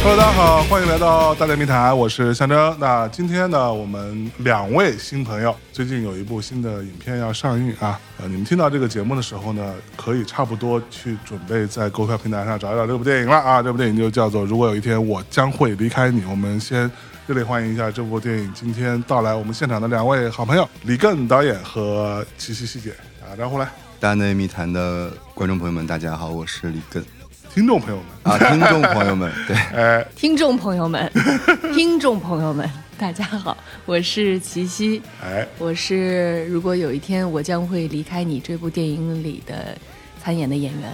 Hello，大家好，欢迎来到大内密谈，我是象征。那今天呢，我们两位新朋友最近有一部新的影片要上映啊。呃，你们听到这个节目的时候呢，可以差不多去准备在购票平台上找一找这部电影了啊。这部电影就叫做《如果有一天我将会离开你》。我们先热烈欢迎一下这部电影今天到来我们现场的两位好朋友李艮导演和齐琪琪姐打招呼来。大内密谈的观众朋友们，大家好，我是李根听众朋友们，啊，听众朋友们，对，哎，听众朋友们， 听众朋友们，大家好，我是齐溪，哎，我是如果有一天我将会离开你这部电影里的参演的演员，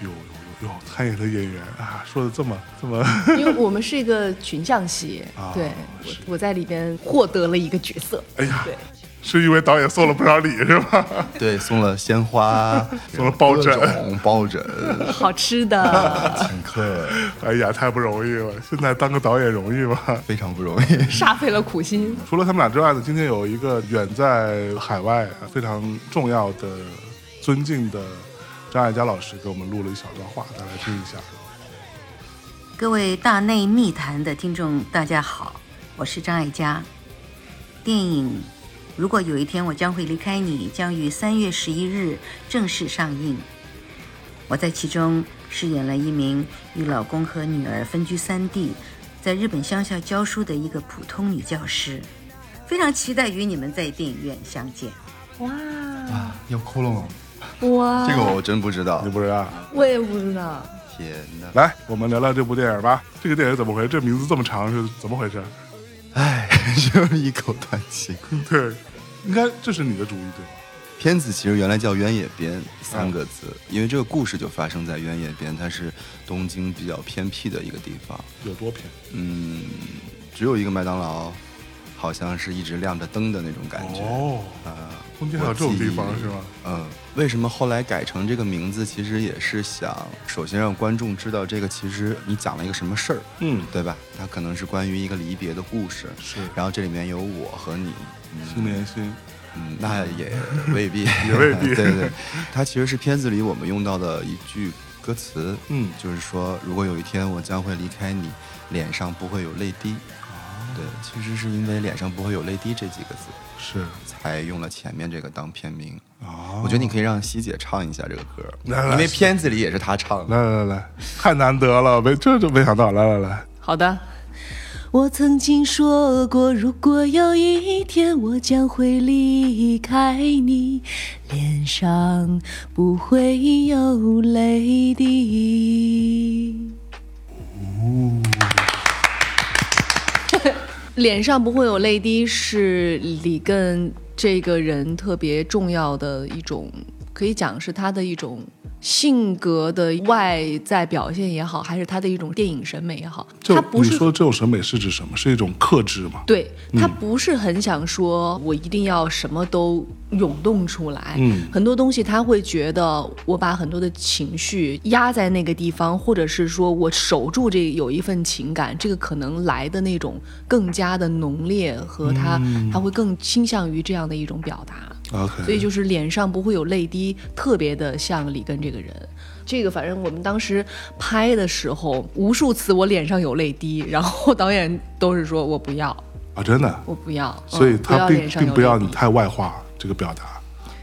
有有有参演的演员啊，说的这么这么， 因为我们是一个群像戏，啊对我是我在里边获得了一个角色，哎呀对，是因为导演送了不少礼是吧？ 对，送了鲜花，送了抱枕各种抱枕，好吃的， 请客，哎呀，太不容易了，现在当个导演容易吗？非常不容易。煞费了苦心，除了他们俩之外呢，今天有一个远在海外非常重要的、尊敬的张艾嘉老师给我们录了一小段话，大家来听一下。各位大内密谈的听众，大家好，我是张艾嘉。电影《如果有一天我将会离开你》将于三月十一日正式上映。我在其中饰演了一名与老公和女儿分居三地，在日本乡下教书的一个普通女教师。非常期待与你们在电影院相见。哇要哭了吗？哇，这个我真不知道你。不知道？我也不知道，天哪！啊来，我们聊聊这部电影吧。这个电影怎么回事？这名字这么长是怎么回事？唉，就是一口叹气。 对，应该这是你的主意对吧？片子其实原来叫《鸳野边》三个字，因为这个故事就发生在鸳野边，它是东京比较偏僻的一个地方。有多偏？嗯，只有一个麦当劳，好像是一直亮着灯的那种感觉。哦，啊，中间还有这种地方我记忆是吗？嗯，为什么后来改成这个名字？其实也是想，首先让观众知道这个其实你讲了一个什么事儿，嗯，对吧？它可能是关于一个离别的故事，是然后这里面有我和你，心连心。嗯，那也未必， 也未必 对对，它其实是片子里我们用到的一句歌词，嗯就是说，如果有一天我将会离开你，脸上不会有泪滴。哦对，其实是因为脸上不会有泪滴这几个字，是才用了前面这个当片名。啊，我觉得你可以让喜姐唱一下这个歌，来来因为片子里哦也是她唱的。来来来，太难得了，没这就没想到，来来来，好的，我曾经说过，如果有一天我将会离开你，脸上不会有泪滴。脸上不会有泪滴是里根这个人特别重要的一种，可以讲是他的一种性格的外在表现也好，还是他的一种电影审美也好，就他不你是说这种审美是指什么？是一种克制嘛？对他不是很想说，我一定要什么都涌动出来。嗯很多东西他会觉得我把很多的情绪压在那个地方，或者是说我守住这有一份情感，这个可能来的那种更加的浓烈和他、他会更倾向于这样的一种表达。 ，OK，所以就是脸上不会有泪滴，特别的像里根这个人。这个反正我们当时拍的时候，无数次我脸上有泪滴，然后导演都是说我不要，啊，真的，我不要，所以嗯不他要并脸上并有不要泪你滴太外化这个表达，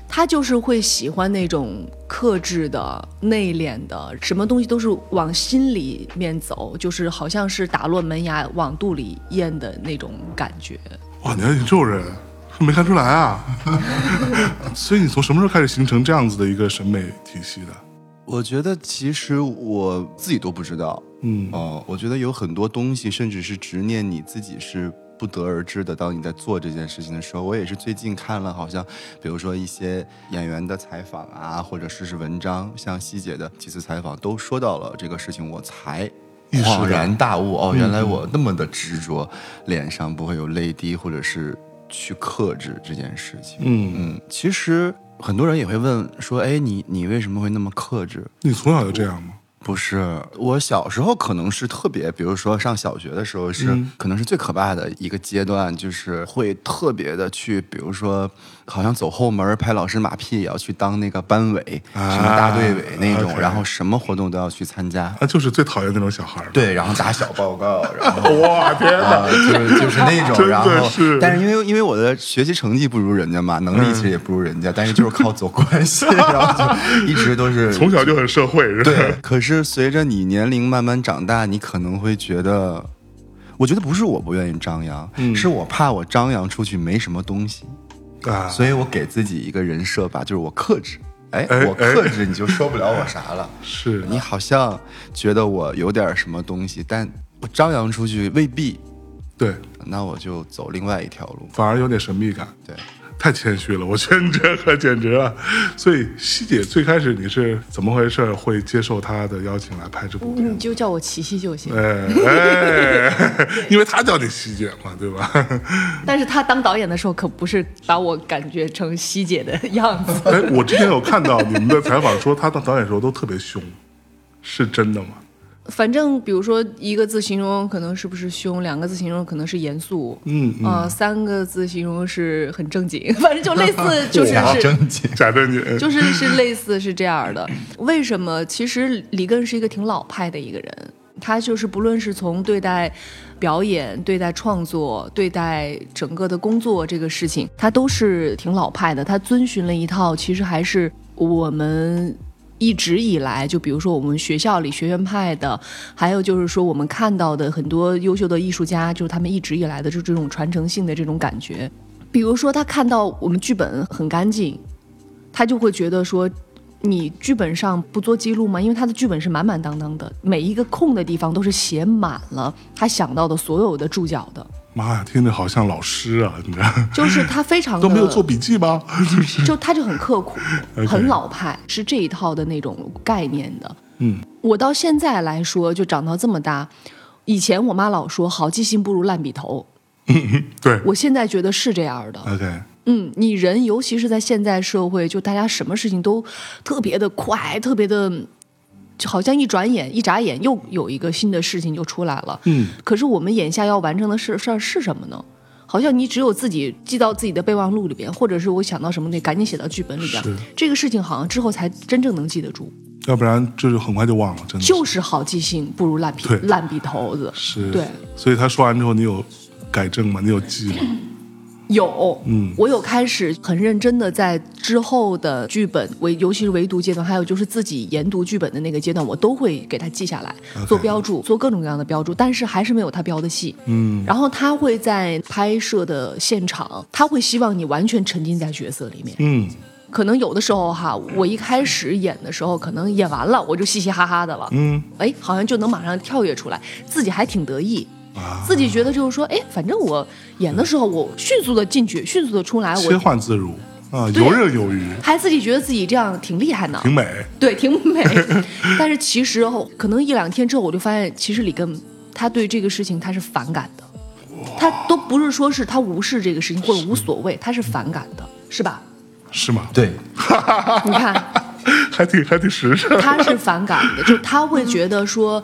他就是会喜欢那种克制的、内敛的，什么东西都是往心里面走，就是好像是打落门牙往肚里咽的那种感觉。哇，你看你这种人没看出来 啊，所以你从什么时候开始形成这样子的一个审美体系的？我觉得其实我自己都不知道，嗯哦、我觉得有很多东西，甚至是执念，你自己是不得而知的。当你在做这件事情的时候，我也是最近看了，好像比如说一些演员的采访啊，或者是是文章，像希姐的几次采访都说到了这个事情，我才。意识到嗯恍然大悟哦，原来我那么的执着，脸上不会有泪滴，或者是去克制这件事情。嗯嗯，其实很多人也会问说，哎，你你为什么会那么克制？你从小就这样吗？不是，我小时候可能是特别，比如说上小学的时候是，嗯可能是最可怕的一个阶段，就是会特别的去，比如说，好像走后门拍老师马屁，也要去当那个班委、什么大队委那种，啊 OK 然后什么活动都要去参 加。啊，就是最讨厌那种小孩儿。对，然后打小报告，然后 哇，天哪！啊，就是就是那真种，的然后是，嗯但是因为因为我的学习成绩不如人家嘛，能力其实也不如人家，但是就是靠走关 系，然后就一直都是从小就很社会， 是吧？对。可是随着你年龄慢慢长大，你可能会觉得，我觉得不是我不愿意张扬，嗯是我怕我张扬出去没什么东西， 啊，所以我给自己一个人设吧，就是我克制。哎，哎我克制你就说不了我啥了。是你好像觉得我有点什么东西，但我张扬出去未必对，那我就走另外一条路。反而有点神秘感。对，太谦 虚了，我觉得你这个简直了。所以西姐最开始你是怎么回事？会接受他的邀请来拍这部片你子？就叫我琪琪就行。哎哎，因为他叫你西姐嘛，对吧？但是他当导演的时候，可不是把我感觉成西姐的 样子。哎，我之前有看到你们的采访，说他当导演的时候都特别凶，是真的吗？反正比如说一个字形容可能是不是凶，两个字形容可能是严肃，嗯嗯，呃，三个字形容是很正经， 反正就 类似就是啊假是。正经。假正经，就是是类似是这样的，为什么？其实李根是一个挺老派的一个人，他就是不论是从对待表演、对待创作、对待整个的工作这个事情，他都是挺老派的。他遵循了一套，其实还是我们一直以来，就比如说我们学校里学院派的，还有就是说我们看到的很多优秀的艺术家，就是他们一直以来的就这种传承性的这种感觉。比如说，他看到我们剧本很干净，他就会觉得说，你剧本上不做记录吗？因为他的剧本是满满当当的，每一个空的地方都是写满了他想到的所有的注脚的，妈呀，听着好像老师啊，你知道就是他非常的都没有做笔记吗？ 就他就很刻苦 OK，很老派，是这一套的那种概念的。嗯，我到现在来说，就长到这么大，以前我妈老说好记性不如烂笔头，对我现在觉得是这样的。 ，OK，嗯，你人尤其是在现在社会，就大家什么事情都特别的快，特别的，就好像一转眼一眨眼又有一个新的事情就出来了。嗯，可是我们眼下要完成的事事儿是什么呢？好像你只有自己记到自己的备忘录里边，或者是我想到什么得赶紧写到剧本里边是。这个事情好像之后才真正能记得住，要不然就是很快就忘了，真的是就是好记性不如烂笔嗯对烂笔头子。是，对，所以他说完之后，你有改正吗？你有记吗？有，嗯我有开始很认真的在之后的剧本，唯尤其是唯读阶段，还有就是自己研读剧本的那个阶段，我都会给它记下来，做标注，做各种各样的标注，但是还是没有他标的细。嗯，然后他会在拍摄的现场，他会希望你完全沉浸在角色里面。嗯，可能有的时候哈，我一开始演的时候，可能演完了我就嘻嘻哈哈的了，嗯，哎，好像就能马上跳跃出来，自己还挺得意。啊自己觉得就是说，哎，反正我演的时候，我迅速的进去，迅速的出来，切我换自如啊，对游刃有余，还自己觉得自己这样挺厉害呢，挺美。对，挺美。但是其实后可能一两天之后，我就发现，其实里根他对这个事情他是反感的，他都不是说是他无视这个事情或者无所谓，他是反感的，是吧？是吗？对，你看。 还挺还挺实诚。他是反感的，就他会觉得说，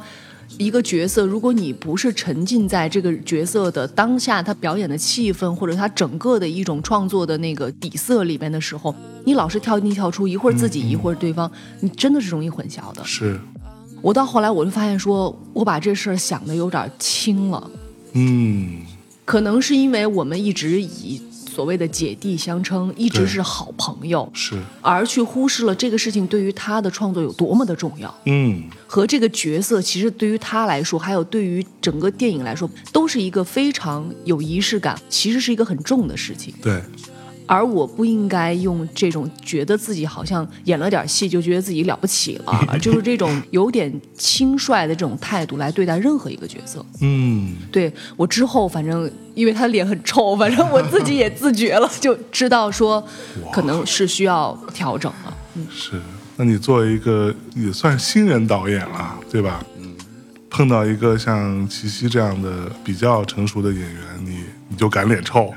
一个角色如果你不是沉浸在这个角色的当下，他表演的气氛或者他整个的一种创作的那个底色里面的时候，你老是跳进跳出，一会儿自己一会儿对方，你真的是容易混淆的。是，我到后来我就发现说，我把这事儿想的有点轻了。嗯，可能是因为我们一直以所谓的姐弟相称，一直对是好朋友，是，而去忽视了这个事情对于他的创作有多么的重要。嗯，和这个角色，其实对于他来说，还有对于整个电影来说，都是一个非常有仪式感，其实是一个很重的事情。对，而我不应该用这种觉得自己好像演了点戏就觉得自己了不起了，就是这种有点轻率的这种态度来对待任何一个角色。嗯，对我之后，反正因为他脸很臭，反正我自己也自觉了，就知道说可能是需要调整了。是。那你作为一个也算新人导演了，对吧？嗯。碰到一个像齐溪这样的比较成熟的演员，你你就敢脸 臭，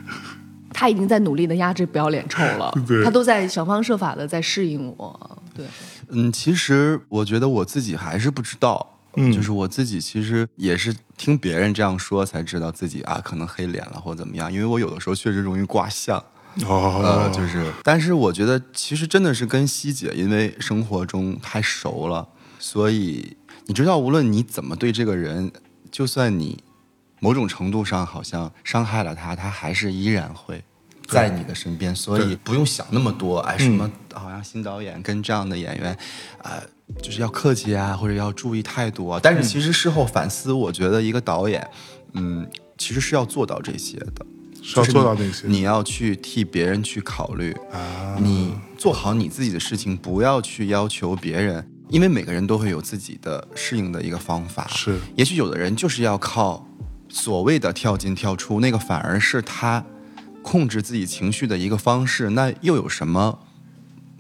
他已经在努力的压制不要脸臭了 对，他都在想方设法的在适应我。对，嗯，其实我觉得我自己还是不知道。嗯就是我自己其实也是听别人这样说才知道自己啊可能黑脸了或怎么样，因为我有的时候确实容易挂相，哦呃，就是，但是我觉得其实真的是跟希姐，因为生活中太熟了，所以你知道，无论你怎么对这个人，就算你某种程度上好像伤害了他，他还是依然会在你的身边，所以不用想那么多，哎，什么好像新导演跟这样的演员，呃。就是要客气啊，或者要注意态度啊。但是其实事后反思，我觉得一个导演，嗯，其实是要做到这些的。是要就是做到那些你要去替别人去考虑，啊，你做好你自己的事情，不要去要求别人，因为每个人都会有自己的适应的一个方法。是也许有的人就是要靠所谓的跳进跳出，那个反而是他控制自己情绪的一个方式。那又有什么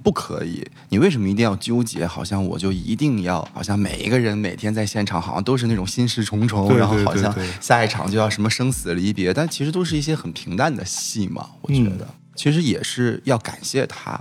不可以？你为什么一定要纠结？好像我就一定要，好像每一个人每天在现场好像都是那种心事重重，对然后对好对像对下一场就要什么生死离别，但其实都是一些很平淡的戏嘛。我觉得、嗯其实也是要感谢他，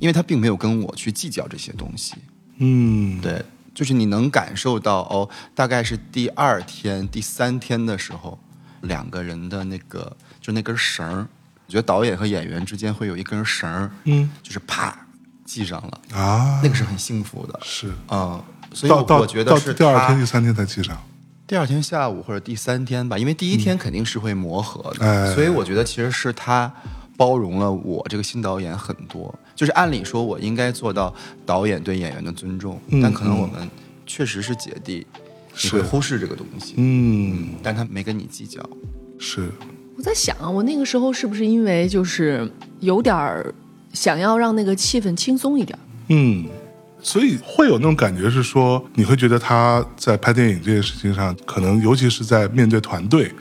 因为他并没有跟我去计较这些东西。嗯，对，就是你能感受到哦，大概是第二天、第三天的时候，两个人的那个就那根绳儿，我觉得导演和演员之间会有一根绳儿，嗯，就是啪系上了，啊，那个是很幸福的，是嗯。所以到我到我觉得到是第二他天、第三天才记上，第二天下午或者第三天吧，因为第一天肯定是会磨合的，嗯哎所以我觉得其实是他包容了我这个新导演很多。就是按理说我应该做到导演对演员的尊重，嗯但可能我们确实是姐弟，你会是忽视这个东西。嗯，但他没跟你计较，是我在想啊，我那个时候是不是因为就是有点儿想要让那个气氛轻松一点儿？嗯，所以会有那种感觉是说，你会觉得他在拍电影这件事情上，可能尤其是在面对团队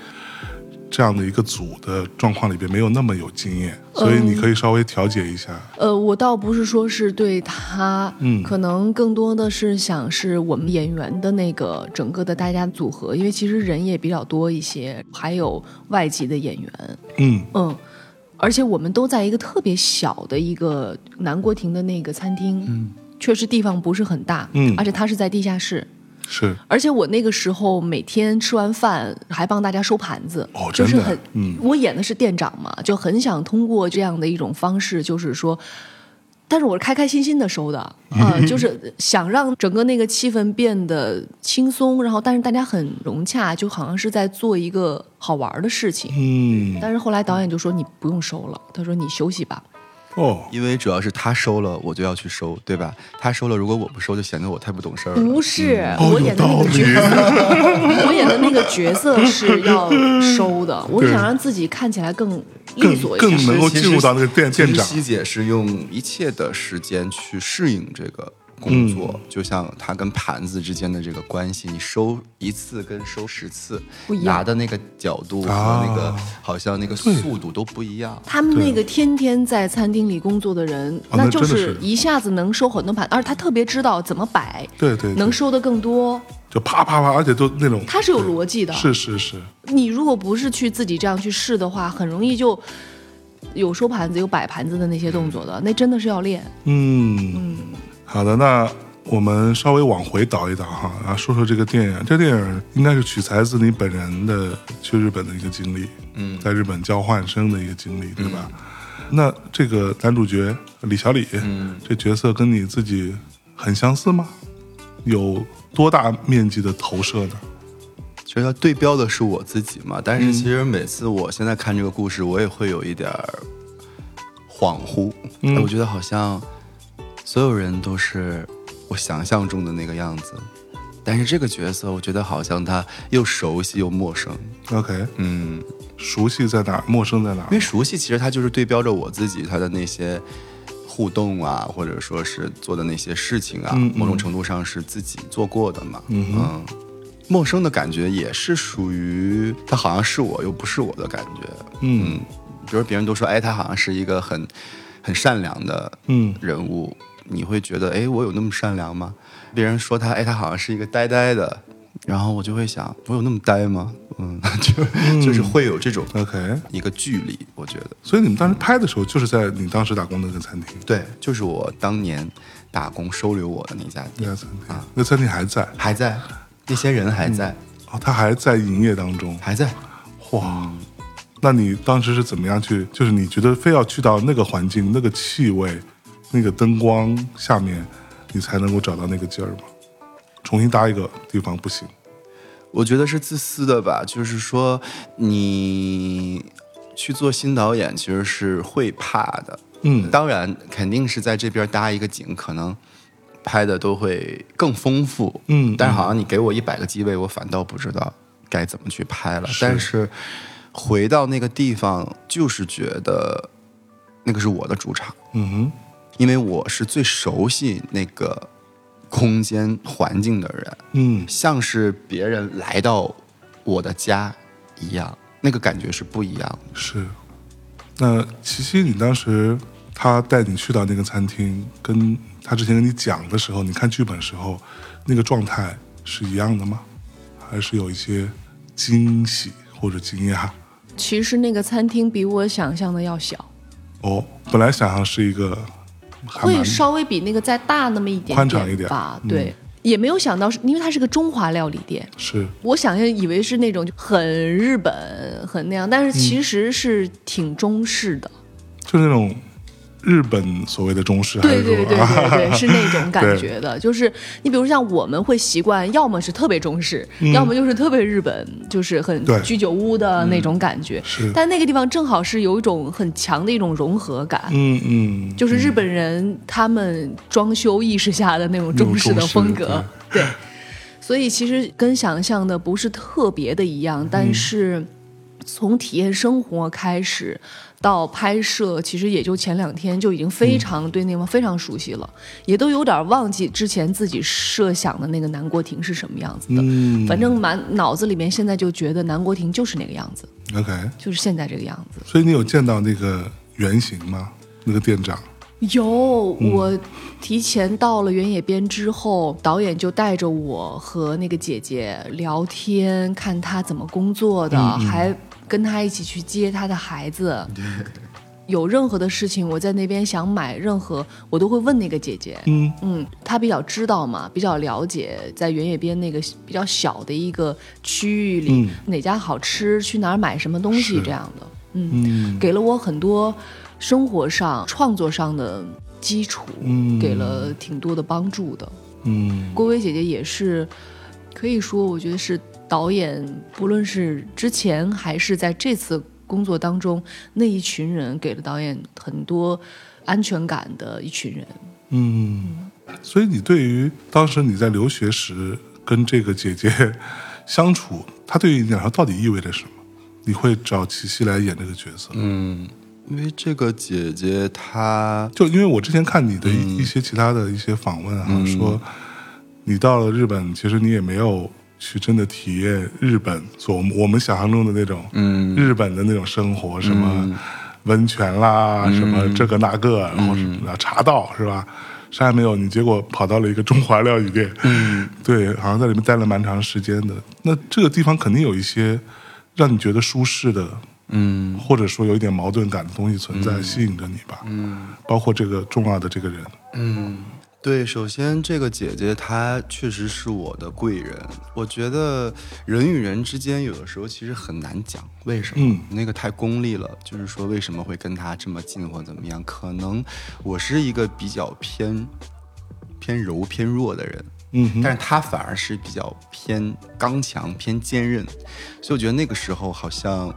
这样的一个组的状况里边，没有那么有经验，嗯所以你可以稍微调节一下。呃，我倒不是说是对他，嗯可能更多的是想是我们演员的那个整个的大家组合，因为其实人也比较多一些，还有外籍的演员，嗯嗯，而且我们都在一个特别小的一个南国亭的那个餐厅，嗯，确实地方不是很大，嗯而且它是在地下室，是而且我那个时候每天吃完饭还帮大家收盘子，哦就真的是很，嗯我演的是店长嘛，就很想通过这样的一种方式，就是说，但是我是开开心心的收的， 啊、就是想让整个那个气氛变得轻松，然后但是大家很融洽，就好像是在做一个好玩的事情。嗯但是后来导演就说你不用收了，他说你休息吧。哦，因为主要是他收了，我就要去收，对吧？他收了，如果我不收，就显得我太不懂事儿了。不是、哦我有演的那道个角哦理 色，我演的那个角色是要收的，我对想让自己看起来更利更索一更点。能够其实进入到那个店其实店长希姐是用一切的时间去适应这个工作，嗯就像她跟盘子之间的这个关系，你收一次跟收十次不一样拿的那个角度和啊那个、好像那个速度都不一样。他们那个天天在餐厅里工作的人，啊那就真的是是一下子能收很多盘，而他特别知道怎么摆，对对，对能收的更多，就啪啪啪，而且都那种他是有逻辑的。是是是，你如果不是去自己这样去试的话，很容易就有收盘子、有摆盘子的那些动作的，那真的是要练。嗯，好的，那我们稍微往回倒一倒哈，然后说说这个电影。这电影应该是取材自你本人的去日本的一个经历，嗯，在日本交换生的一个经历，对吧？那这个男主角李小李，嗯，这角色跟你自己很相似吗？有多大面积的投射呢？其实要对标的是我自己嘛，但是其实每次我现在看这个故事，我也会有一点儿恍惚，嗯哎我觉得好像所有人都是我想象中的那个样子，但是这个角色，我觉得好像他又熟悉又陌生， ？OK，嗯，熟悉在哪儿？陌生在哪因为儿？熟悉其实它就是对标着我自己他的那些互动啊，或者说是做的那些事情啊，嗯嗯某种程度上是自己做过的嘛，嗯哼嗯陌生的感觉也是属于他好像是我又不是我的感觉，嗯比如别人都说，哎，他好像是一个很很善良的嗯人物，你会觉得，哎，我有那么善良吗？别人说他，哎，他好像是一个呆呆的，然后我就会想，我有那么呆吗？嗯， 就就是会有这种 OK，一个距离，我觉得。所以你们当时拍的时候，就是在你当时打工的那个餐厅，对，就是我当年打工收留我的那家那店家餐厅啊，那餐厅还在还在，那些人还在，哦，它还在营业当中。还在。哇，那你当时是怎么样去？就是你觉得非要去到那个环境、那个气味、那个灯光下面，你才能够找到那个劲儿吗？重新搭一个地方不行，我觉得是自私的吧，就是说你去做新导演其实是会怕的，嗯当然肯定是在这边搭一个景，可能拍的都会更丰富，嗯但是好像你给我一百个机位，我反倒不知道该怎么去拍了，但是回到那个地方，就是觉得那个是我的主场，嗯因为我是最熟悉那个空间环境的人，哼，嗯像是别人来到我的家一样，那个感觉是不一样的。是。那琪琪，你当时他带你去到那个餐厅，跟他之前跟你讲的时候，你看剧本时候那个状态是一样的吗？还是有一些惊喜或者惊讶？其实那个餐厅比我想象的要小，哦，本来想象是一个还蛮会稍微比那个再大那么一点宽敞一点吧，嗯对。也没有想到是，因为它是个中华料理店，是我想象以为是那种就很日本、很那样，但是其实是挺中式的，就是那种日本所谓的中式，还对是对说对对啊对， 是那种感觉的。就是你比如像我们会习惯，要么是特别中式，要么就是特别日本，就是很嗯对居酒屋的那种感觉。是但那个地方正好是有一种很强的一种融合感。嗯嗯，就是日本人他们装修意识下的那种中式的风格， 对所以其实跟想象的不是特别的一样，但是从体验生活开始到拍摄，其实也就前两天就已经非常对那方非常熟悉了，也都有点忘记之前自己设想的那个南国亭是什么样子的，嗯反正满脑子里面现在就觉得南国亭就是那个样子， OK。就是现在这个样子。所以你有见到那个原型吗？那个店长有，嗯我提前到了原野边之后，导演就带着我和那个姐姐聊天，看她怎么工作的，嗯还跟她一起去接她的孩 子。有任何的事情，我在那边想买任何，我都会问那个姐姐。嗯她比较知道嘛，比较了解，在原野边那个比较小的一个区域里，嗯哪家好吃，去哪儿买什么东西是这样的。嗯嗯给了我很多生活上、创作上的基础，嗯给了挺多的帮助的。嗯郭薇姐姐也是，可以说我觉得是导演，不论是之前还是在这次工作当中，那一群人给了导演很多安全感的一群人。嗯。所以你对于当时你在留学时跟这个姐姐 相处，她对于你来说到底意味着什么？你会找琪琪来演这个角色？嗯，因为这个姐姐她就因为我之前看你的嗯一一些其他的一些访问啊，说你到了日本，其实你也没有去真的体验日本所我们想象中的那种，嗯日本的那种生活，什么温泉啦，什么这个那个，然后什么茶道是嗯吧？啥也没有，你结果跑到了一个中华料理店，嗯，对，好像在里面待了蛮长时间的。那这个地方肯定有一些让你觉得舒适的嗯或者说有一点矛盾感的东西存在，吸引着你吧。嗯，包括这个重要的这个人，对，首先这个姐姐她确实是我的贵人。我觉得人与人之间有的时候其实很难讲为什么，那个太功利了。就是说为什么会跟她这么近或怎么样？可能我是一个比较偏偏柔偏弱的人，嗯哼，但是她反而是比较偏刚强、偏坚韧，所以我觉得那个时候好像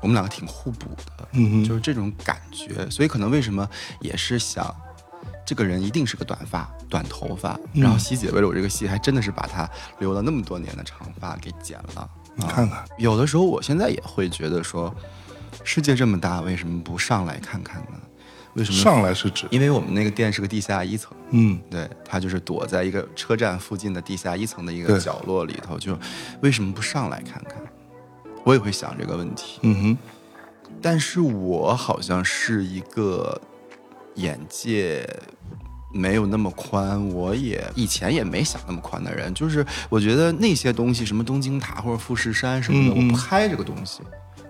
我们两个挺互补的，嗯哼，就是这种感觉。所以可能为什么也是想，这个人一定是个短发、短头发。嗯然后希姐为了我这个戏，还真的是把她留了那么多年的长发给剪了。你看看，有的时候，我现在也会觉得说，世界这么大，为什么不上来看看呢？为什么？上来是指，因为我们那个店是个地下一层，嗯对，他就是躲在一个车站附近的地下一层的一对个角落里头，就为什么不上来看看？我也会想这个问题，嗯但是我好像是一个眼界没有那么宽，我也以前也没想那么宽的人，就是我觉得那些东西，什么东京塔或者富士山什么的，嗯嗯我不拍这个东西。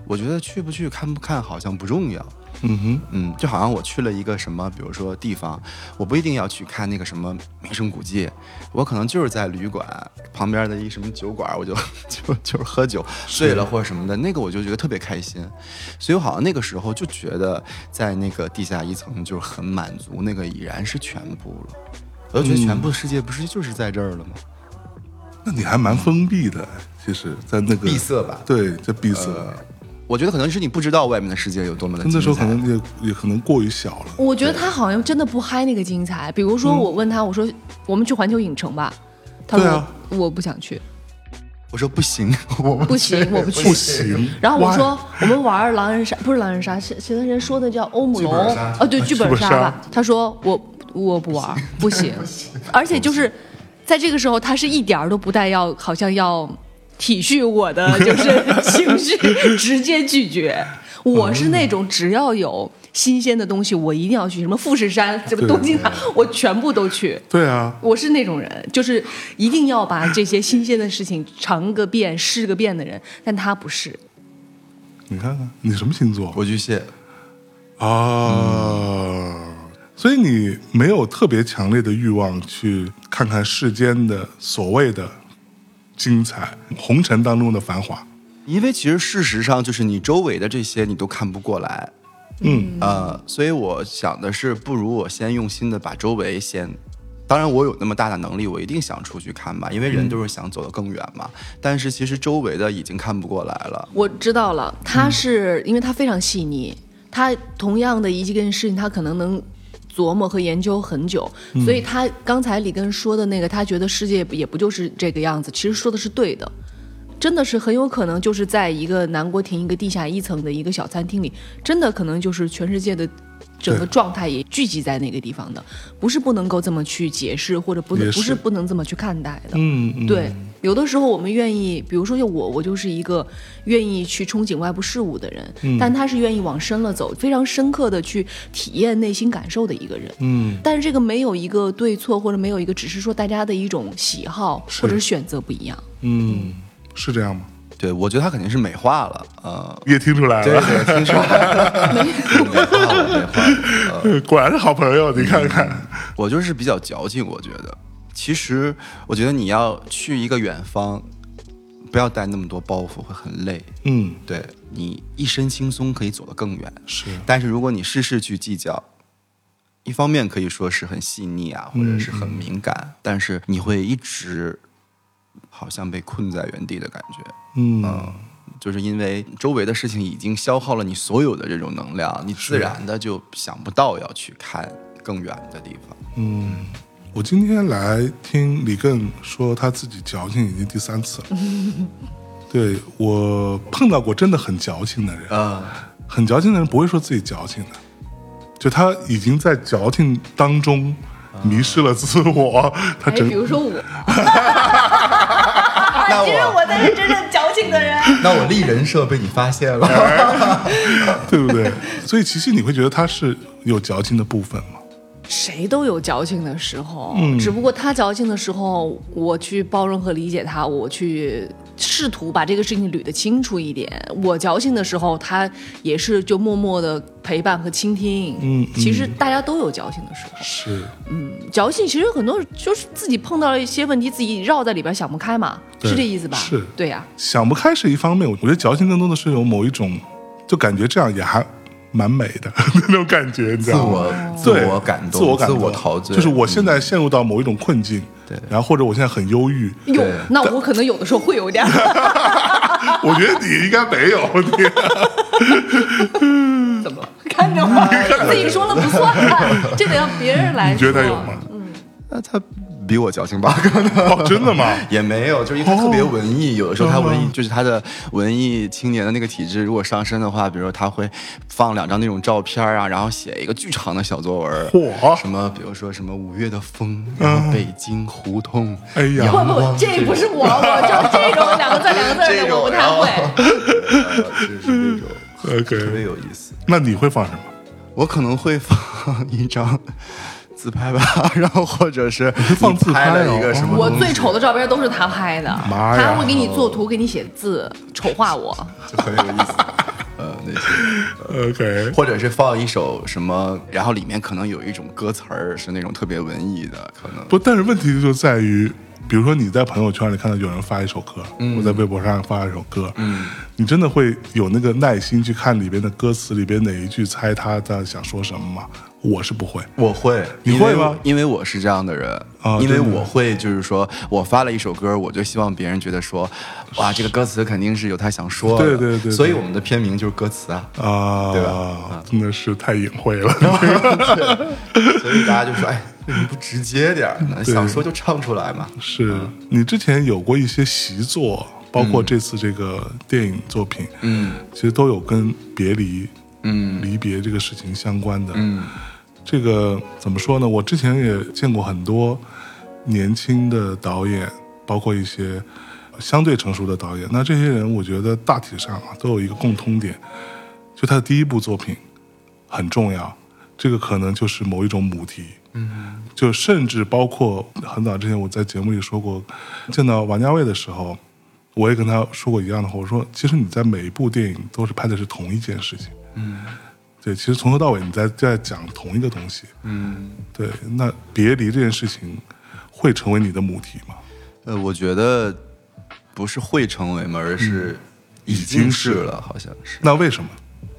我觉得去不去、看不看好像不重要，嗯哼，嗯，就好像我去了一个什么，比如说地方，我不一定要去看那个什么名胜古迹，我可能就是在旅馆旁边的一什么酒馆，我就 就就是喝酒醉了或者什么的，那个我就觉得特别开心，所以我好像那个时候就觉得在那个地下一层就是很满足，那个已然是全部了。我就觉得全部世界不是就是在这儿了吗？那你还蛮封闭的，其实，在那个闭塞吧对，这闭塞，我觉得可能是你不知道外面的世界有多么的精彩。那时候可能也也可能过于小了。我觉得他好像真的不嗨那个精彩。比如说，我问他，我说我们去环球影城吧，他说、对啊我不想去，我说不行，我不行，我不去。不行，然后我 Why？说我们玩狼人杀，不是狼人杀，是其他人说的叫欧姆龙剧本杀啊，对，剧本杀剧本吧杀。他说我我不玩，不行，而且就是在这个时候，他是一点儿都不带要，好像要体恤我的就是情绪，直接拒绝。我是那种只要有新鲜的东西，我一定要去，什么富士山，什么对东京塔，我全部都去。对啊，我是那种人，就是一定要把这些新鲜的事情尝个遍、试个遍的人，但他不是。你看看你什么星座我巨蟹，嗯啊？所以你没有特别强烈的欲望去看看世间的所谓的精彩，红尘当中的繁华。因为其实事实上就是你周围的这些你都看不过来，嗯，呃，所以我想的是，不如我先用心的把周围先。当然，我有那么大的能力，我一定想出去看吧，因为人都是想走得更远嘛。但是其实周围的已经看不过来了，我知道了，他嗯是、因为他非常细腻，他同样的一件事情，他可能能琢磨和研究很久，嗯所以他刚才李根说的那个，他觉得世界也不就是这个样子，其实说的是对的。真的是很有可能就是在一个南国亭一个地下一层的一个小餐厅里，真的可能就是全世界的整个对状态也聚集在那个地方的，不是不能够这么去解释，或者不能也不是是不能这么去看待的。嗯，嗯对，有的时候我们愿意，比如说就我，我就是一个愿意去憧憬外部事物的人，嗯但他是愿意往深了走，非常深刻的去体验内心感受的一个人。嗯，但是这个没有一个对错，或者没有一个，只是说大家的一种喜好是或者是选择不一样。嗯，是这样吗？对我觉得它肯定是美化了，呃，也听出来对了，对，听说美化了，美化了。 果然是好朋友，你看看。我就是比较矫情，我觉得。其实我觉得你要去一个远方，不要带那么多包袱，会很累。嗯，对你一身轻松可以走得更远。是但是如果你事事去计较，一方面可以说是很细腻啊，或者是很敏感，但是你会一直好像被困在原地的感觉。嗯，就是因为周围的事情已经消耗了你所有的这种能量，你自然的就想不到要去看更远的地方。我今天来听李更说他自己矫情已经第三 次了。对我碰到过真的很矫情的人，啊、很矫情的人不会说自己矫情的，就他已经在矫情当中迷失了自我，他啊哎，整比如 说我，那我我才是真正矫情的人。 那我立人设被你发现了。 对不对？所以其实你会觉得他是有矫情的部分吗？谁都有矫情的时候，嗯只不过他矫情的时候，我去包容和理解他，我去试图把这个事情捋得清楚一点。我矫情的时候，他也是就默默的陪伴和倾听。嗯嗯其实大家都有矫情的时候，是，矫情其实很多就是自己碰到了一些问题，自己绕在里边想不开嘛，对是这意思吧？是对呀、想不开是一方面，我觉得矫情更多的是有某一种，就感觉这样也还蛮美的 那种感觉，你知自道吗？我自对，我感动，自我感动，陶醉，就是我现在陷入到某一种困境，对然后或者我现在很忧 郁，有对，那我可能有的时候会有点儿。我觉得你应该没有，你怎么了？看 着我，自己说了不算，啊这得要别人来你觉得有吗？那他比我矫情吧？哦，真的吗？也没有，就是因为他特哦别文艺，有的时候他真的文吗艺就是他的文艺青年的那个体质，如果上身的话，比如说他会放两张那种照片啊，然后写一个巨长的小作文。嚯什么，比如说什么五月的风，然后北京胡同，哎呀不阳不光，，这不是我，我就这种两个字两个字啊这的我种不太会。会，呃就是那种呃 OK 特别有意思。那你会放什么？我可能会放一张自拍吧， 然后或者是放你自拍拍了哦一个什么 我东最西丑的照片都是他拍的，妈呀他会给你作图，给你写字，丑化我。就很有意思，呃那些。 OK，或者是放一首什么，然后里面可能有一种歌词儿是那种特别文艺的，可能不，但是问题就在于，比如说你在朋友圈里看到有人发一首歌，我在微博上发一首歌，嗯，你真的会有那个耐心去看里边的歌词里边哪一句猜他在想说什么吗？我是不会，我会，你因为会吗因为我是这样的人，啊因真为的我会就是说我发了一首歌，我就希望别人觉得说，哇，这个歌词肯定是有他想说的，对对对对所以我们的片名就是歌词 啊，啊，对吧？真的是太隐晦了，所以大家就说，哎，为什么不直接点儿呢？想说就唱出来嘛。是你之前有过一些习作，包括这次这个电影作品，嗯其实都有跟别离、嗯离别这个事情相关的，嗯这个怎么说呢？我之前也见过很多年轻的导演，包括一些相对成熟的导演。那这些人，我觉得大体上啊都有一个共通点，就他的第一部作品很重要。这个可能就是某一种母题，嗯就甚至包括很早之前我在节目里说过，见到王家卫的时候，我也跟他说过一样的话。我说，其实你在每一部电影都是拍的是同一件事情。嗯对，其实从头到尾你在在讲同一个东西。嗯。对，那别离这件事情会成为你的母题吗？呃，我觉得不是会成为嘛，而是已经经是是了，好像是。那为什么？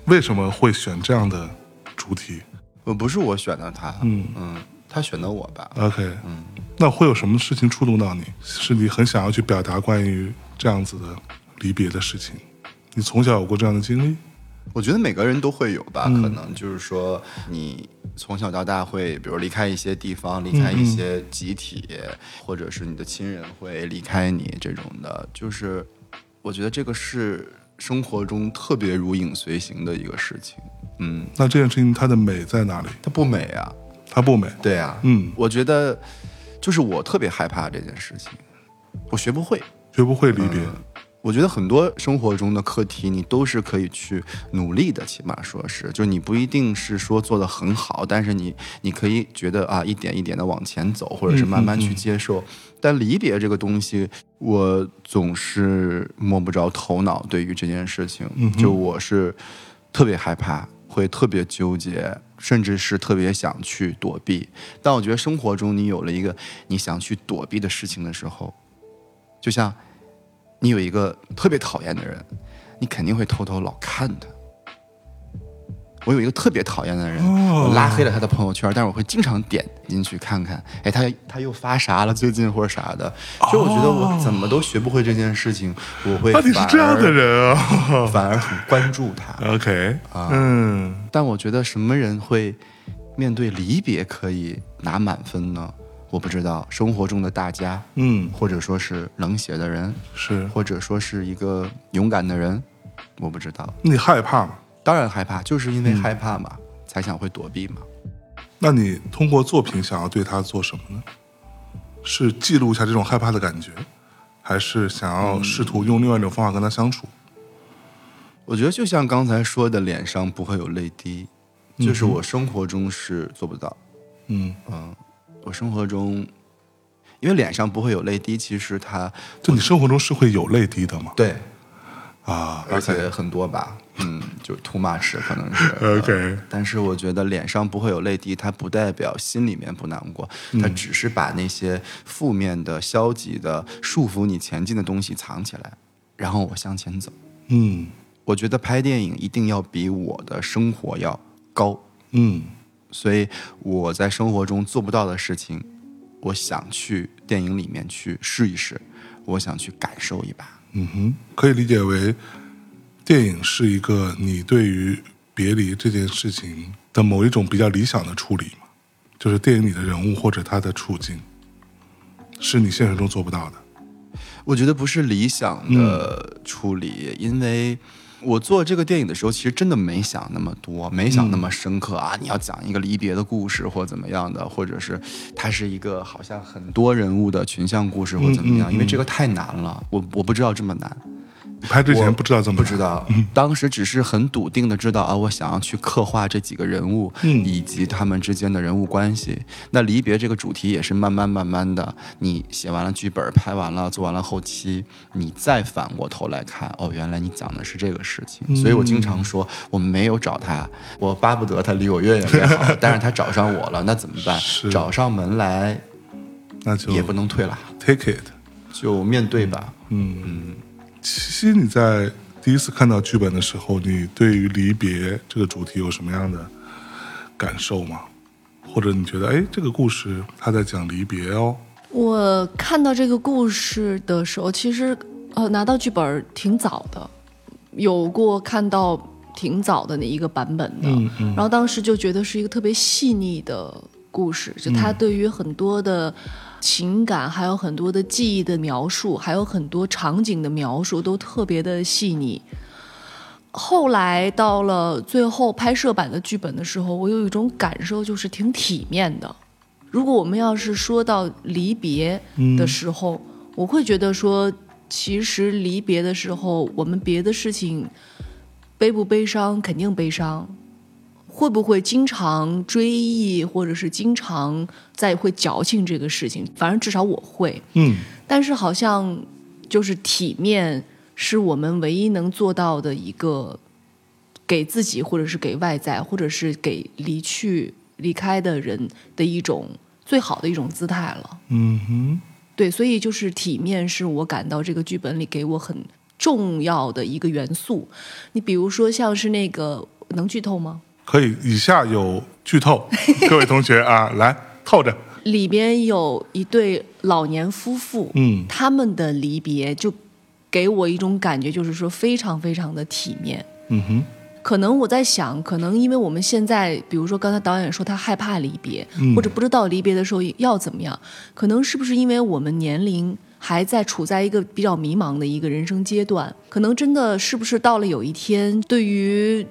为什么会选这样的主题呃，不是我选的他，嗯他选的我吧。 ？OK，嗯，那会有什么事情触动到你？是你很想要去表达关于这样子的离别的事情？你从小有过这样的经历？我觉得每个人都会有吧，可能就是说你从小到大会，比如离开一些地方，离开一些集体，或者是你的亲人会离开你这种的，就是我觉得这个是生活中特别如影随形的一个事情。嗯，那这件事情它的美在哪里？它不美啊，它不美。对啊，嗯我觉得就是我特别害怕这件事情，我学不会。学不会离别，我觉得很多生活中的课题，你都是可以去努力的，起码说是，就是你不一定是说做的很好，但是你你可以觉得啊，一点一点的往前走，或者是慢慢去接受。但离别这个东西，我总是摸不着头脑。对于这件事情，就我是特别害怕，会特别纠结，甚至是特别想去躲避。但我觉得生活中你有了一个你想去躲避的事情的时候，就像你有一个特别讨厌的人，你肯定会偷偷老看他。我有一个特别讨厌的人，哦我拉黑了他的朋友圈，但是我会经常点进去看看，哎，他他又发啥了，最近或者啥的。所以我觉得我怎么都学不会这件事情，我会那、哦啊你是呃反这样的而，人啊 反而很关注他。 ？OK，嗯，啊但我觉得什么人会面对离别可以拿满分呢？我不知道，生活中的大家，嗯或者说是冷血的人，是。或者说是一个勇敢的人，我不知道。你害怕吗？当然害怕，就是因为害怕嘛，才想会躲避嘛。那你通过作品想要对他做什么呢？是记录一下这种害怕的感觉，还是想要试图用另外一种方法跟他相处？我觉得就像刚才说的，脸上不会有泪滴，就是我生活中是做不到。嗯，我生活中，因为脸上不会有泪滴，其实它就你生活中是会有泪滴的吗？对，啊而且很多吧，嗯，就是 too much 可能是。呃，OK，但是我觉得脸上不会有泪滴，它不代表心里面不难过，它只是把那些负面的、消极的、束缚你前进的东西藏起来，然后我向前走。嗯我觉得拍电影一定要比我的生活要高，嗯所以我在生活中做不到的事情，我想去电影里面去试一试，我想去感受一把。嗯哼，可以理解为电影是一个你对于别离这件事情的某一种比较理想的处理嘛，就是电影里的人物或者他的处境，是你现实中做不到的。我觉得不是理想的处理，因为我做这个电影的时候，其实真的没想那么多，没想那么深刻啊。你要讲一个离别的故事，或怎么样的，或者是它是一个好像很多人物的群像故事，或怎么样，因为这个太难了，我我不知道这么难。拍之前我不知道这么不知道，当时只是很笃定的知道啊，我想要去刻画这几个人物，嗯以及他们之间的人物关系。那离别这个主题也是慢慢慢慢的，你写完了剧本，拍完了，做完了后期，你再反过头来看，哦，原来你讲的是这个事嗯情。所以我经常说，我没有找他，我巴不得他离我越远越好， 但是他找上我了，那怎么办是？找上门来那就也不能退了， take it。就面对吧。其实你在第一次看到剧本的时候，你对于离别这个主题有什么样的感受吗？或者你觉得，哎，这个故事他在讲离别哦，我看到这个故事的时候，其实呃拿到剧本儿挺早的，有过看到挺早的那一个版本的，然后当时就觉得是一个特别细腻的故事，就他对于很多的。情感还有很多的记忆的描述，还有很多场景的描述都特别的细腻。后来到了最后拍摄版的剧本的时候，我有一种感受，就是挺体面的。如果我们要是说到离别的时候，我会觉得说，其实离别的时候，我们别的事情悲不悲伤，肯定悲伤。会不会经常追忆，或者是经常在会矫情这个事情？反正至少我会，嗯，但是好像就是体面是我们唯一能做到的一个，给自己或者是给外在，或者是给离去离开的人的一种最好的一种姿态了。嗯哼，对，所以就是体面是我感到这个剧本里给我很重要的一个元素。你比如说像是那个能剧透吗？可以。以下有剧透，各位同学啊，来透着，里边有一对老年夫妇，嗯他们的离别就给我一种感觉，就是说非常非常的体面。嗯哼，可能我在想，可能因为我们现在，比如说刚才导演说他害怕离别，或者不知道离别的时候要怎么样，可能是不是因为我们年龄还在处在一个比较迷茫的一个人生阶段，可能真的是不是到了有一天，对于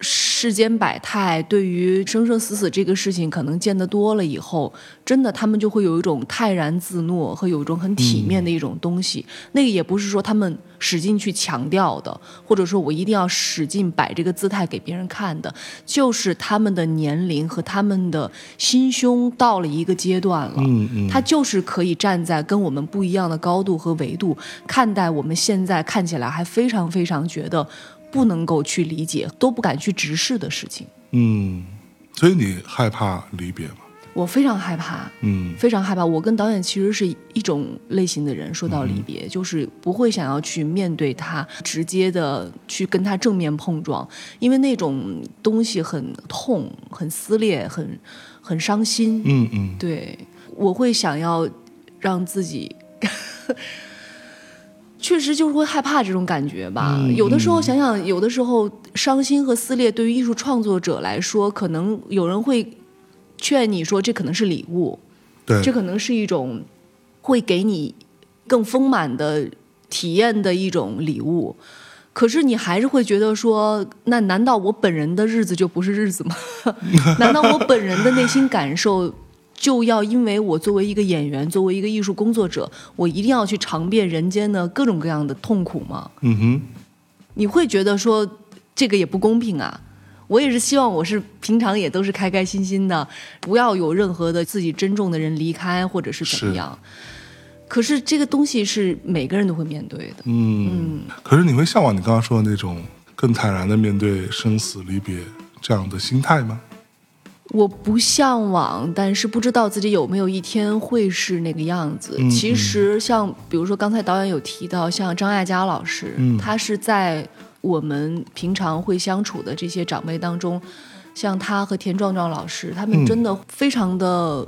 世间百态，对于生生死死这个事情，可能见得多了以后，真的他们就会有一种泰然自若和有一种很体嗯面的一种东西。那个也不是说他们使劲去强调的，或者说我一定要使劲摆这个姿态给别人看的，就是他们的年龄和他们的心胸到了一个阶段了。嗯嗯，他就是可以站在跟我们不一样的高度和维度看待我们现在看起来还非常非常觉得不能够去理解、都不敢去直视的事情。嗯，所以你害怕离别吗？我非常害怕，嗯非常害怕。我跟导演其实是一种类型的人。说到离别，就是不会想要去面对他，直接的去跟他正面碰撞，因为那种东西很痛、很撕裂、很很伤心。嗯嗯，对，我会想要让自己， 确实就是会害怕这种感觉吧。嗯有的时候想想，有的时候伤心和撕裂对于艺术创作者来说，可能有人会劝你说，这可能是礼物，对，这可能是一种会给你更丰满的体验的一种礼物。可是你还是会觉得说，那难道我本人的日子就不是日子吗？ 难道我本人的内心感受就要因为我作为一个演员，作为一个艺术工作者，我一定要去尝遍人间的各种各样的痛苦吗？嗯哼，你会觉得说这个也不公平啊。我也是希望我是平常也都是开开心心的，不要有任何的自己珍重的人离开或者是怎么样。可是这个东西是每个人都会面对的，嗯，可是你会向往你刚刚说的那种更坦然的面对生死离别这样的心态吗？我不向往，但是不知道自己有没有一天会是那个样子。嗯其实像比如说刚才导演有提到，像张艾嘉老师，嗯他是在我们平常会相处的这些长辈当中，像他和田壮壮老师，他嗯们真的非常的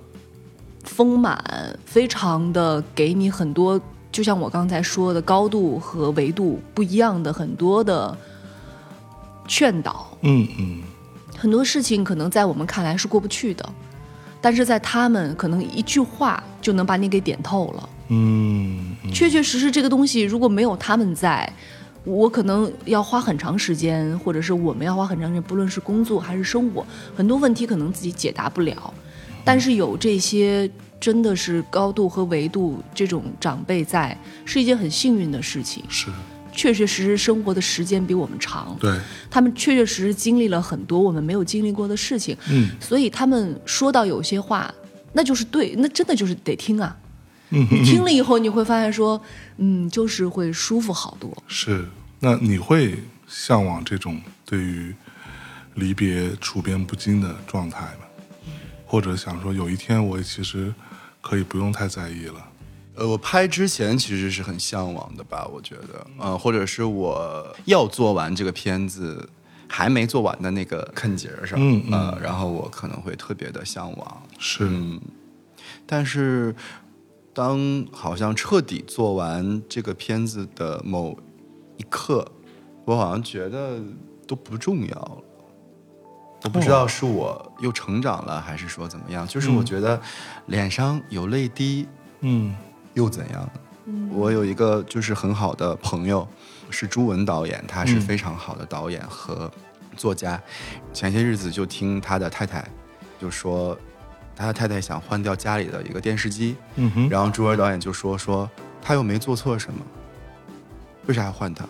丰满，非常的给你很多，就像我刚才说的高度和维度不一样的很多的劝导。嗯嗯很多事情可能在我们看来是过不去的，但是在他们可能一句话就能把你给点透了。嗯嗯确确实实，这个东西如果没有他们在，我可能要花很长时间，或者是我们要花很长时间，不论是工作还是生活，很多问题可能自己解答不了。但是有这些真的是高度和维度这种长辈在，是一件很幸运的事情。是确确实实生活的时间比我们长，对，他们确确实实经历了很多我们没有经历过的事情，嗯所以他们说到有些话，那就是对，那真的就是得听啊。嗯你听了以后，你会发现说，嗯，就是会舒服好多。是。那你会向往这种对于离别处变不惊的状态吗？或者想说有一天我其实可以不用太在意了？呃，我拍之前其实是很向往的吧，我觉得，呃，或者是我要做完这个片子还没做完的那个坎节儿上，嗯嗯呃，然后我可能会特别的向往，是，嗯，但是当好像彻底做完这个片子的某一刻，我好像觉得都不重要了。我哦不知道是我又成长了，还是说怎么样？就是我觉得脸上有泪滴嗯又怎样？我有一个就是很好的朋友，是朱文导演，他是非常好的导演和作家。前些日子就听他的太太就说，他的太太想换掉家里的一个电视机，嗯哼，然后朱文导演就说说他又没做错什么，为啥要换他？